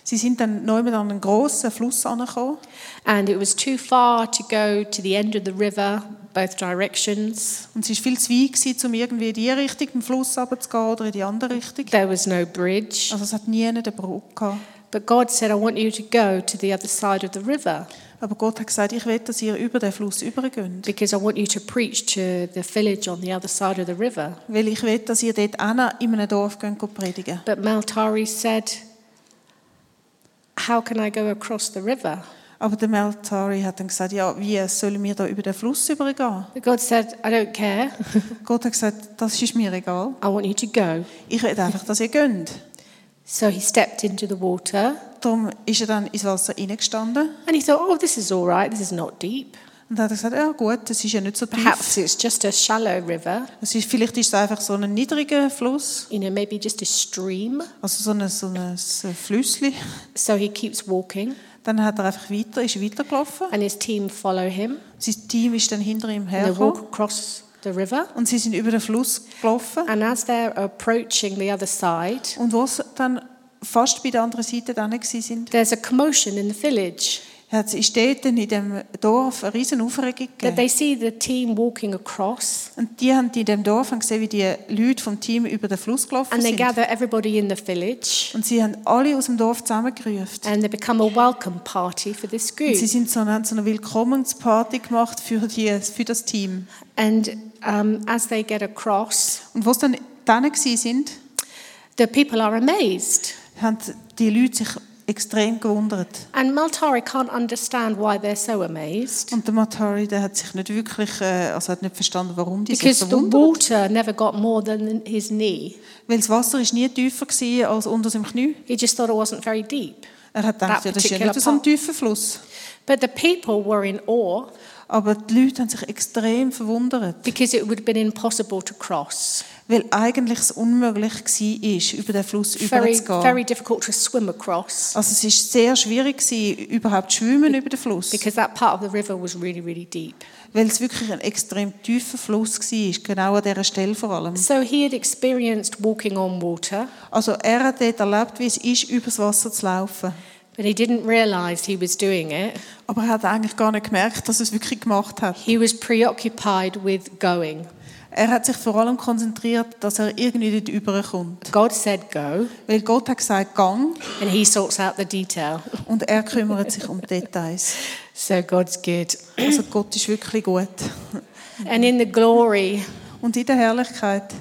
Speaker 2: Sie sind dann neu an einen grossen Fluss angekommen.
Speaker 1: and it was too far to go to the end of the river, both directions.
Speaker 2: Und es war viel zu weit, gewesen, um irgendwie in die Richtung den Fluss runterzugehen oder in die andere Richtung.
Speaker 1: There was no bridge.
Speaker 2: Also es hat nie eine Brücke gehabt.
Speaker 1: But God said, I want you to go to the other side of the river
Speaker 2: Aber Gott hat gesagt, ich will, dass ihr über den Fluss übergeht.
Speaker 1: because I want you to preach to the village on the other side of the river.
Speaker 2: Weil ich will, dass ihr dort hin in einem Dorf geht und predigen.
Speaker 1: But Maltari said, How can I go across the river?
Speaker 2: Aber der Meltari hat dann gesagt, ja, wie sollen wir da über den Fluss übergehen?
Speaker 1: But God said, I don't care.
Speaker 2: Gott hat gesagt, das ist mir egal.
Speaker 1: I want you to go.
Speaker 2: Ich will einfach, dass ihr geht.
Speaker 1: So he stepped into the water
Speaker 2: Darum ist er dann ins Wasser reingestanden
Speaker 1: and he thought, Oh, this is all right. This is not deep.
Speaker 2: und hat er gesagt, ja gut, das ist ja nicht so
Speaker 1: Perhaps
Speaker 2: tief.
Speaker 1: it's just a shallow river,
Speaker 2: Es ist, vielleicht ist es einfach so ein niedriger Fluss,
Speaker 1: you know, maybe just a stream.
Speaker 2: also so ein, so ein Flüssli.
Speaker 1: So he keeps walking
Speaker 2: Dann hat er einfach weiter, ist weitergelaufen.
Speaker 1: and his team follow him.
Speaker 2: Sein Team ist dann hinter ihm
Speaker 1: And they walk
Speaker 2: hergekommen
Speaker 1: across the river.
Speaker 2: und sie sind über den Fluss gelaufen.
Speaker 1: And as they're approaching the other side,
Speaker 2: Und wo sie dann fast bei der anderen Seite dann gewesen sind,
Speaker 1: there's a commotion in the village
Speaker 2: hat es dort dann in dem Dorf eine riesen Aufregung
Speaker 1: that
Speaker 2: gegeben.
Speaker 1: they see the team walking across
Speaker 2: Und die haben in dem Dorf haben gesehen, wie die Leute vom Team über den Fluss gelaufen
Speaker 1: and they
Speaker 2: sind.
Speaker 1: gather everybody in the village
Speaker 2: Und sie haben alle aus dem Dorf zusammengerufen.
Speaker 1: and they become a welcome party for this
Speaker 2: Und
Speaker 1: group.
Speaker 2: sie sind so, haben so eine Willkommensparty gemacht für, die, für das Team.
Speaker 1: And um, as they get across,
Speaker 2: Und wo sie dann dann gewesen sind,
Speaker 1: the people are amazed.
Speaker 2: haben die Leute sich extrem gewundert.
Speaker 1: And Maltari can't understand why they're so amazed
Speaker 2: Und der Matari, der hat sich nicht wirklich, äh, also hat nicht verstanden, warum die sich
Speaker 1: because the
Speaker 2: verwundert.
Speaker 1: water never got more than his knee.
Speaker 2: Weil das Wasser ist nie tiefer gewesen als unter seinem Knie.
Speaker 1: He just thought it wasn't very deep.
Speaker 2: Er hat gedacht,
Speaker 1: That
Speaker 2: ja, das ist ja
Speaker 1: particular
Speaker 2: nicht so ein
Speaker 1: part.
Speaker 2: tiefer Fluss.
Speaker 1: But the people were in awe
Speaker 2: Aber die Leute haben sich extrem verwundert,
Speaker 1: because it would have been impossible to cross.
Speaker 2: weil eigentlich es unmöglich war, ist, über den Fluss
Speaker 1: Very,
Speaker 2: überzugehen.
Speaker 1: very difficult to swim across
Speaker 2: Also es ist sehr schwierig gewesen, überhaupt zu schwimmen über den Fluss,
Speaker 1: because that part of the river was really, really deep.
Speaker 2: weil es wirklich ein extrem tiefer Fluss war, genau an dieser Stelle vor allem.
Speaker 1: So he had experienced walking on water,
Speaker 2: Also er hat dort erlebt, wie es ist, übers Wasser zu laufen.
Speaker 1: but he didn't realize he was doing it.
Speaker 2: Aber er hat eigentlich gar nicht gemerkt, dass er es wirklich gemacht hat.
Speaker 1: He was preoccupied with going.
Speaker 2: Er hat sich vor allem konzentriert, dass er irgendwie dort überkommt.
Speaker 1: God said go,
Speaker 2: Weil Gott hat gesagt, gang,
Speaker 1: and he sorts out the detail.
Speaker 2: und er kümmert sich um die Details.
Speaker 1: So God's good.
Speaker 2: Also Gott ist wirklich gut.
Speaker 1: And in the glory,
Speaker 2: Und in der Herrlichkeit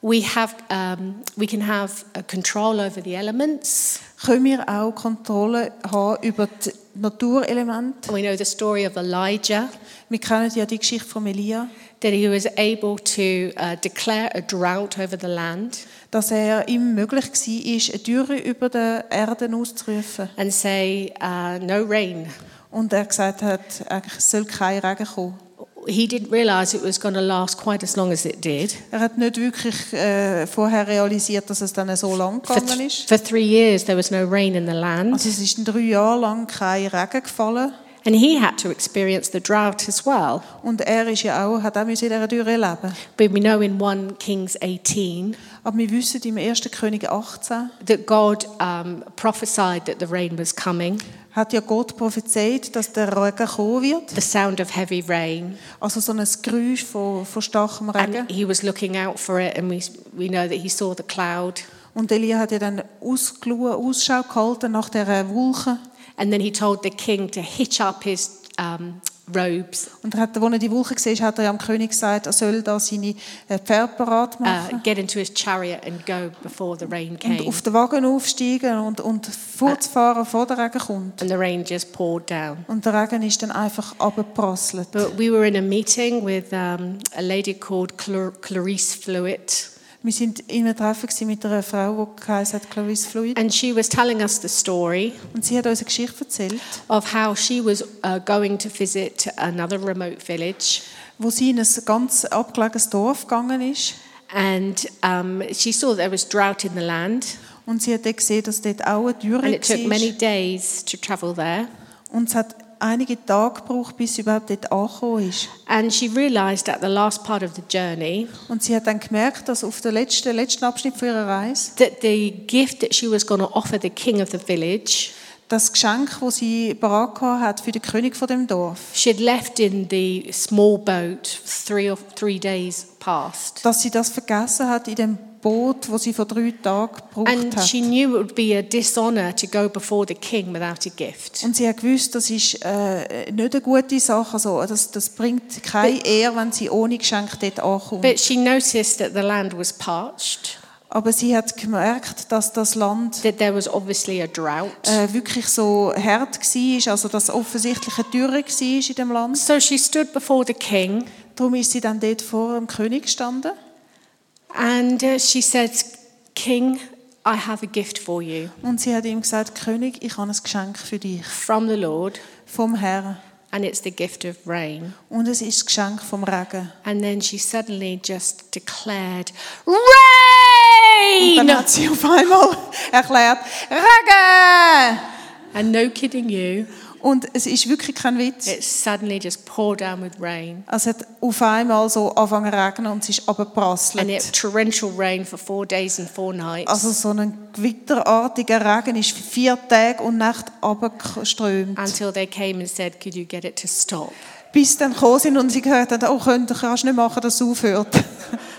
Speaker 1: we, have, um, we can have a control over the elements.
Speaker 2: können wir auch Kontrolle haben über die Naturelemente.
Speaker 1: We know the story of Elijah,
Speaker 2: Wir kennen ja die Geschichte von Elia,
Speaker 1: that he was able to uh, declare a drought over the land
Speaker 2: dass er ihm möglich war, eine Dürre über der Erde auszurufen.
Speaker 1: and say, uh, no rain.
Speaker 2: Und er gesagt hat, eigentlich es soll kein Regen kommen.
Speaker 1: He didn't realize it was going to last quite as long as it did.
Speaker 2: Er hat nicht wirklich äh, vorher realisiert, dass es dann so lang
Speaker 1: For,
Speaker 2: gegangen
Speaker 1: th-
Speaker 2: ist.
Speaker 1: for three years, there was no rain in the land,
Speaker 2: Also es ist drei Jahre lang kein Regen gefallen
Speaker 1: and he had to experience the drought as well.
Speaker 2: und er ist ja auch, hat auch müssen in dieser Dürre leben.
Speaker 1: But we know in 1 Kings 18
Speaker 2: Aber wir wissen im 1. König 18
Speaker 1: that God um, prophesied that the rain was coming,
Speaker 2: hat ja Gott prophezeit, dass der Regen kommen wird,
Speaker 1: the sound of heavy rain,
Speaker 2: also so ein Geräusch von, von starkem Regen.
Speaker 1: and he was looking out for it, and we, we know that he saw the cloud,
Speaker 2: Und Elia hat ja dann ausgeschaut, Ausschau gehalten nach der äh, Wolke
Speaker 1: and then he told the king to hitch up his um, robes,
Speaker 2: Und er hat, als er die Woche gesehen hat er ja am König gesagt, er soll da seine äh, Pferde parat machen.
Speaker 1: uh, get into his chariot and go before the rain
Speaker 2: und
Speaker 1: came.
Speaker 2: auf den Wagen aufsteigen und, und fortfahren, vor der Regen kommt.
Speaker 1: And the rain just poured down.
Speaker 2: Und der Regen ist dann einfach runtergeprasselt.
Speaker 1: But we were in a meeting with um, a lady called Clar- Clarice Fluitt.
Speaker 2: Wir sind in einem Treffen gewesen mit einer Frau, die geheißen hat Clarice Fluid.
Speaker 1: And she was telling us the story
Speaker 2: Und sie hat uns eine Geschichte erzählt,
Speaker 1: of how she was uh, going to visit another remote village.
Speaker 2: wo sie in ein ganz abgelegenes Dorf gegangen ist.
Speaker 1: And um, she saw there was drought in the land.
Speaker 2: Und sie hat dort gesehen, dass dort auch eine Dürre
Speaker 1: And it took many
Speaker 2: war.
Speaker 1: days to travel there.
Speaker 2: Und es hat einige Tage gebraucht, bis sie überhaupt dort angekommen ist.
Speaker 1: And she realized at the last part of the journey
Speaker 2: Und sie hat dann gemerkt, dass auf den letzten, letzten Abschnitt von ihrer Reise
Speaker 1: that the gift that she was going to offer the king of the village,
Speaker 2: das Geschenk, das sie bereit gehabt hat für den König von dem Dorf,
Speaker 1: she'd left in the small boat three or three days past.
Speaker 2: dass sie das vergessen hat in dem Boot, wo sie vor drei Tagen gebraucht
Speaker 1: And
Speaker 2: hat.
Speaker 1: she knew it would be a dishonor to go before the king without a gift.
Speaker 2: Und sie hat gewusst, das ist äh, nicht eine gute Sache. Also, das, das bringt keine Ehre, wenn sie ohne Geschenk dort ankommt.
Speaker 1: But she noticed that the land was parched,
Speaker 2: Aber sie hat gemerkt, dass das Land
Speaker 1: that there was obviously a drought.
Speaker 2: äh, wirklich so hart war, also dass offensichtlich eine Dürre war in dem Land.
Speaker 1: So she stood before the king
Speaker 2: Darum ist sie dann dort vor dem König gestanden
Speaker 1: and uh, she said, King, I have a gift for you
Speaker 2: und sie hat ihm gesagt, König, ich habe ein Geschenk für dich
Speaker 1: from the Lord,
Speaker 2: vom Herrn.
Speaker 1: and it's the gift of rain.
Speaker 2: Und es ist das Geschenk vom Regen.
Speaker 1: And then she suddenly just declared,
Speaker 2: Und dann
Speaker 1: Rain!
Speaker 2: hat sie auf einmal [laughs] erklärt, Regen!
Speaker 1: And no kidding you,
Speaker 2: Und es ist wirklich kein Witz.
Speaker 1: it suddenly just poured down with rain.
Speaker 2: Es hat auf einmal so angefangen zu regnen und es ist
Speaker 1: And it
Speaker 2: runtergeprasselt.
Speaker 1: torrential rain for four days and four nights.
Speaker 2: Also so ein gewitterartiger Regen ist vier Tage und Nacht runtergeströmt.
Speaker 1: until they came and said, Could you get it to stop?
Speaker 2: Bis sie dann gekommen sind und sie gehört haben, oh, könnt, kannst du nicht machen, dass es aufhört. [laughs]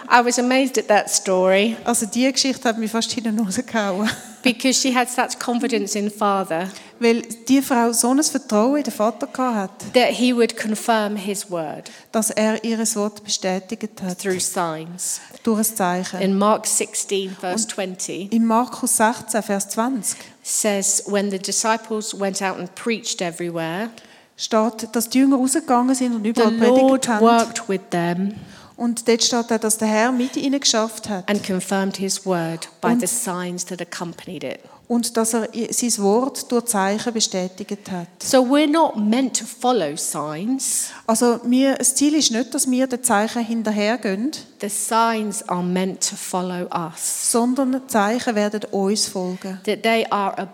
Speaker 1: I was amazed at that story
Speaker 2: Also diese Geschichte hat mich fast hinten rausgehauen.
Speaker 1: because she had such confidence in Father
Speaker 2: Weil die Frau so ein Vertrauen in den Vater gehabt hat,
Speaker 1: that he would confirm his word
Speaker 2: dass er ihr Wort bestätigt hat.
Speaker 1: through signs.
Speaker 2: Durch ein Zeichen.
Speaker 1: In Mark 16, verse 20,
Speaker 2: In Markus 16, Vers 20
Speaker 1: says, When the disciples went out and preached everywhere,
Speaker 2: steht, dass die Jünger rausgegangen sind und
Speaker 1: the
Speaker 2: überall
Speaker 1: Lord
Speaker 2: predigt haben.
Speaker 1: worked with them
Speaker 2: Und dort steht auch, dass der Herr mit ihnen geschafft hat.
Speaker 1: and confirmed his word by
Speaker 2: Und-
Speaker 1: the signs that accompanied it.
Speaker 2: Und dass er i- sein Wort durch Zeichen bestätigt hat.
Speaker 1: So we're not meant to follow signs,
Speaker 2: Also mir, das Ziel ist nicht, dass wir den Zeichen hinterhergehen,
Speaker 1: the signs are meant to follow us.
Speaker 2: sondern die Zeichen werden uns folgen.
Speaker 1: that they are a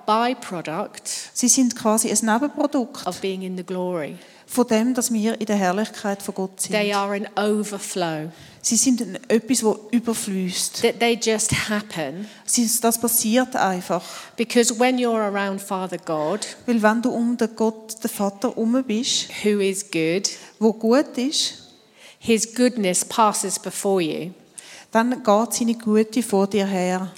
Speaker 1: byproduct
Speaker 2: Sie sind quasi ein Nebenprodukt
Speaker 1: of being in the glory.
Speaker 2: von dem, dass wir in der Herrlichkeit von Gott
Speaker 1: They
Speaker 2: sind.
Speaker 1: are an overflow,
Speaker 2: Sie sind ein- etwas, das überfließt.
Speaker 1: that they just happen
Speaker 2: Sie- Das passiert einfach.
Speaker 1: because when you're around Father God,
Speaker 2: Weil wenn du um den Gott, den Vater herum bist,
Speaker 1: who is good,
Speaker 2: wo gut ist,
Speaker 1: his goodness passes before you.
Speaker 2: dann geht seine Gute vor dir her.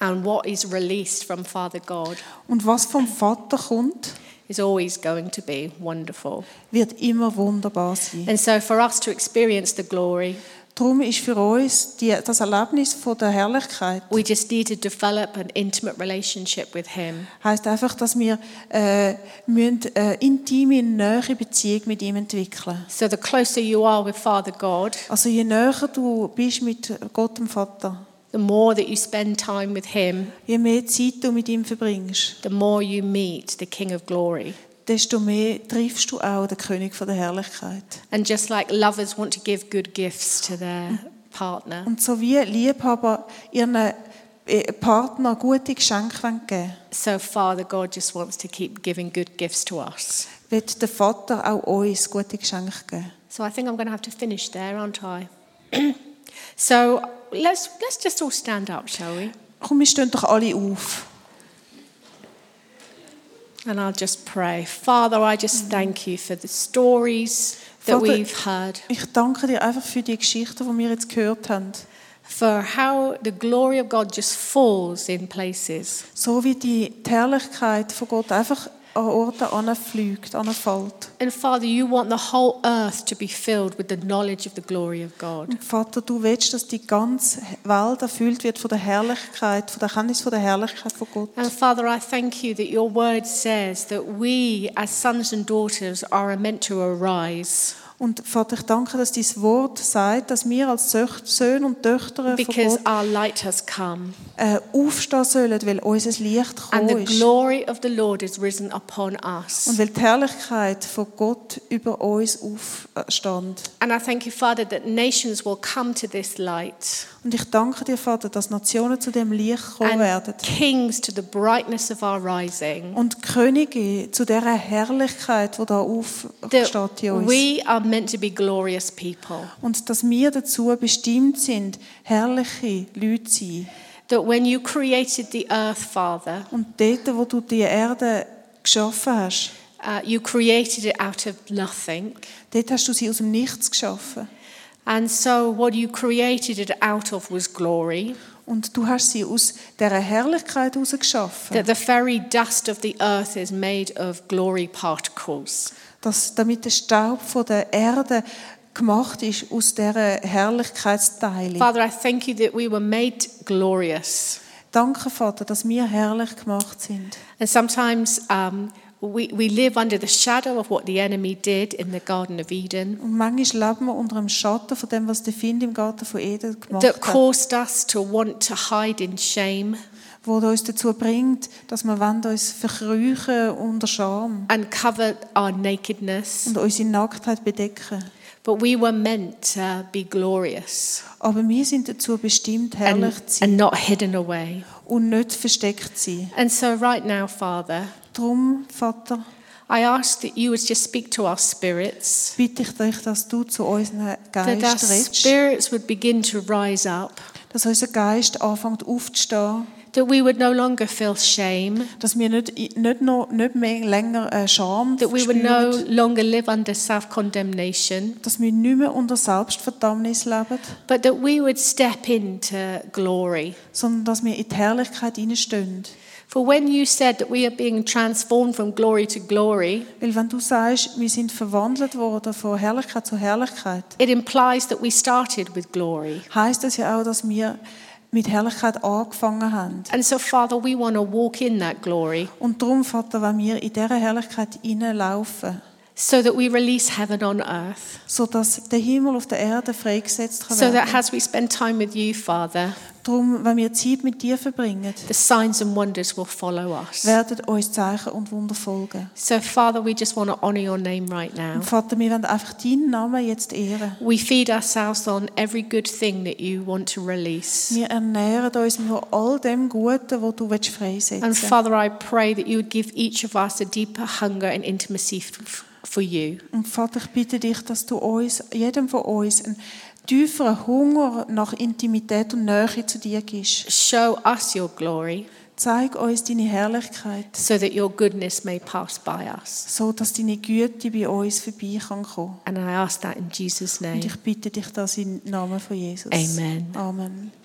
Speaker 1: And what is released from Father God
Speaker 2: Und was vom Vater kommt,
Speaker 1: is always going to be wonderful.
Speaker 2: wird immer wunderbar sein.
Speaker 1: And so, for us to experience the glory,
Speaker 2: Darum ist für uns die, das Erlebnis von der Herrlichkeit
Speaker 1: we just need to develop an intimate relationship with Him.
Speaker 2: heißt einfach, dass wir äh, müssen, äh, intime, nähere Beziehung mit ihm entwickeln.
Speaker 1: So, the closer you are with Father God,
Speaker 2: Also je näher du bist mit Gott dem Vater,
Speaker 1: the more that you spend time with Him,
Speaker 2: je mehr Zeit du mit ihm verbringst,
Speaker 1: the more you meet the King of Glory.
Speaker 2: desto mehr triffst du auch den König von der Herrlichkeit.
Speaker 1: And just like lovers want to give good gifts to their partner,
Speaker 2: Und so wie Liebhaber ihren äh, Partner gute Geschenke geben wollen,
Speaker 1: so Father God just wants to keep giving good gifts to us.
Speaker 2: wird der Vater auch uns gute Geschenke geben.
Speaker 1: So I think I'm going to have to finish there, aren't I? [clears throat] so let's let's just all stand up, shall we?
Speaker 2: Komm, wir stehen doch alle auf.
Speaker 1: And I'll just pray. Father, I just thank you for the stories that
Speaker 2: Father-
Speaker 1: we've heard,
Speaker 2: Ich danke dir einfach für die Geschichten, die wir jetzt gehört haben.
Speaker 1: for how the glory of God just falls in places.
Speaker 2: So wie die, die Herrlichkeit von Gott einfach an Orte anfliegt, anfällt.
Speaker 1: And Father, you want the whole earth to be filled with the knowledge of the glory of God.
Speaker 2: Und Vater, du willst, dass die ganze Welt erfüllt wird von der Herrlichkeit, von der Erkenntnis von der Herrlichkeit von Gott.
Speaker 1: And Father, I thank you that your word says that we, as sons and daughters, are meant to arise
Speaker 2: Und Vater, ich danke, dass dein Wort sagt, dass wir als Söch- Söhne und Töchter von
Speaker 1: because
Speaker 2: Gott
Speaker 1: our light has come
Speaker 2: äh, aufstehen sollen, weil unser Licht
Speaker 1: and
Speaker 2: gekommen
Speaker 1: the
Speaker 2: ist. Und
Speaker 1: glory of the Lord is risen upon us.
Speaker 2: weil die Herrlichkeit von Gott über uns aufstand.
Speaker 1: And I thank you, Father, that nations will come to this light
Speaker 2: Und ich danke dir, Vater, dass Nationen zu dem Licht kommen werden.
Speaker 1: and kings to the brightness of our rising.
Speaker 2: Und die Könige zu dieser Herrlichkeit, die da aufsteht
Speaker 1: That
Speaker 2: in uns.
Speaker 1: we are meant to be glorious people.
Speaker 2: Und dass wir dazu bestimmt sind, herrliche Leute zu sein.
Speaker 1: That when you created the earth, Father,
Speaker 2: Und dort, wo du die Erde geschaffen hast,
Speaker 1: uh, you created it out of nothing.
Speaker 2: dort hast du sie aus dem Nichts geschaffen.
Speaker 1: And so, what you created it out of was glory.
Speaker 2: Und du hast sie aus dieser Herrlichkeit heraus geschaffen.
Speaker 1: That the very dust of the earth is made of glory particles.
Speaker 2: Dass, damit der Staub von der Erde gemacht ist aus dieser Herrlichkeitsteile.
Speaker 1: Father, I thank you that we were made glorious.
Speaker 2: Danke, Vater, dass wir herrlich gemacht sind.
Speaker 1: And sometimes um, we, we live under the shadow of what the enemy did in the Garden of Eden
Speaker 2: Und manchmal leben wir unter dem Schatten von dem, was der Find im Garten von Eden gemacht
Speaker 1: that
Speaker 2: hat,
Speaker 1: caused us to want to hide in shame
Speaker 2: wo er uns dazu bringt, dass wir wollen uns verkrüchen unter Scham
Speaker 1: and cover our nakedness.
Speaker 2: und unsere Nacktheit bedecken.
Speaker 1: But we were meant to be glorious
Speaker 2: Aber wir sind dazu bestimmt,
Speaker 1: and,
Speaker 2: herrlich zu sein
Speaker 1: and not hidden away.
Speaker 2: und nicht versteckt zu sein.
Speaker 1: And so, right now, Father,
Speaker 2: Drum, Vater,
Speaker 1: I ask that you would just speak to our spirits,
Speaker 2: bitte ich dich, dass du zu unseren
Speaker 1: that our
Speaker 2: Geist redest,
Speaker 1: spirits would begin to rise up,
Speaker 2: dass unser Geist anfängt aufzustehen,
Speaker 1: that we would no longer feel shame,
Speaker 2: dass wir nicht, nicht, noch, nicht mehr länger äh, Scham
Speaker 1: that we would no
Speaker 2: spüren,
Speaker 1: longer live under self condemnation.
Speaker 2: dass wir nicht mehr unter Selbstverdammnis leben,
Speaker 1: but that we would step into glory.
Speaker 2: sondern dass wir in die Herrlichkeit hineinstehen.
Speaker 1: For when you said that we are being transformed from glory to glory,
Speaker 2: Weil wenn du sagst, wir sind verwandelt worden von Herrlichkeit zu Herrlichkeit,
Speaker 1: it implies that we started with glory.
Speaker 2: heißt das ja auch, dass wir mit Herrlichkeit angefangen haben.
Speaker 1: And so, Father, we want to walk in that glory
Speaker 2: Und darum, Vater, wenn wir in dieser Herrlichkeit hineinlaufen,
Speaker 1: so that we release heaven on earth.
Speaker 2: sodass der Himmel auf der Erde freigesetzt kann
Speaker 1: So
Speaker 2: werden.
Speaker 1: that as we spend time with you, Father,
Speaker 2: Darum, wenn wir Zeit mit dir verbringen,
Speaker 1: the signs and wonders will follow us.
Speaker 2: werden uns Zeichen und Wunder folgen.
Speaker 1: So, Father, we just want to honor your name right now.
Speaker 2: Und Vater, wir werden einfach deinen Namen jetzt ehren.
Speaker 1: We feed ourselves on every good thing that you want to release.
Speaker 2: Wir ernähren uns von all dem Guten, wo du willst freisetzen
Speaker 1: And
Speaker 2: willst.
Speaker 1: Father, I pray that you would give each of us a deeper hunger and intimacy f- for you.
Speaker 2: Und Vater, ich bitte dich, dass du uns, jedem von uns, einen tieferen Hunger nach Intimität und Nähe zu dir gibst.
Speaker 1: Show us your glory
Speaker 2: Zeig uns deine Herrlichkeit,
Speaker 1: so that your goodness may pass by us.
Speaker 2: so dass deine Güte bei uns vorbei kann kommen.
Speaker 1: And I ask that in Jesus'
Speaker 2: Und
Speaker 1: name.
Speaker 2: ich bitte dich das im Namen von Jesus.
Speaker 1: Amen.
Speaker 2: Amen.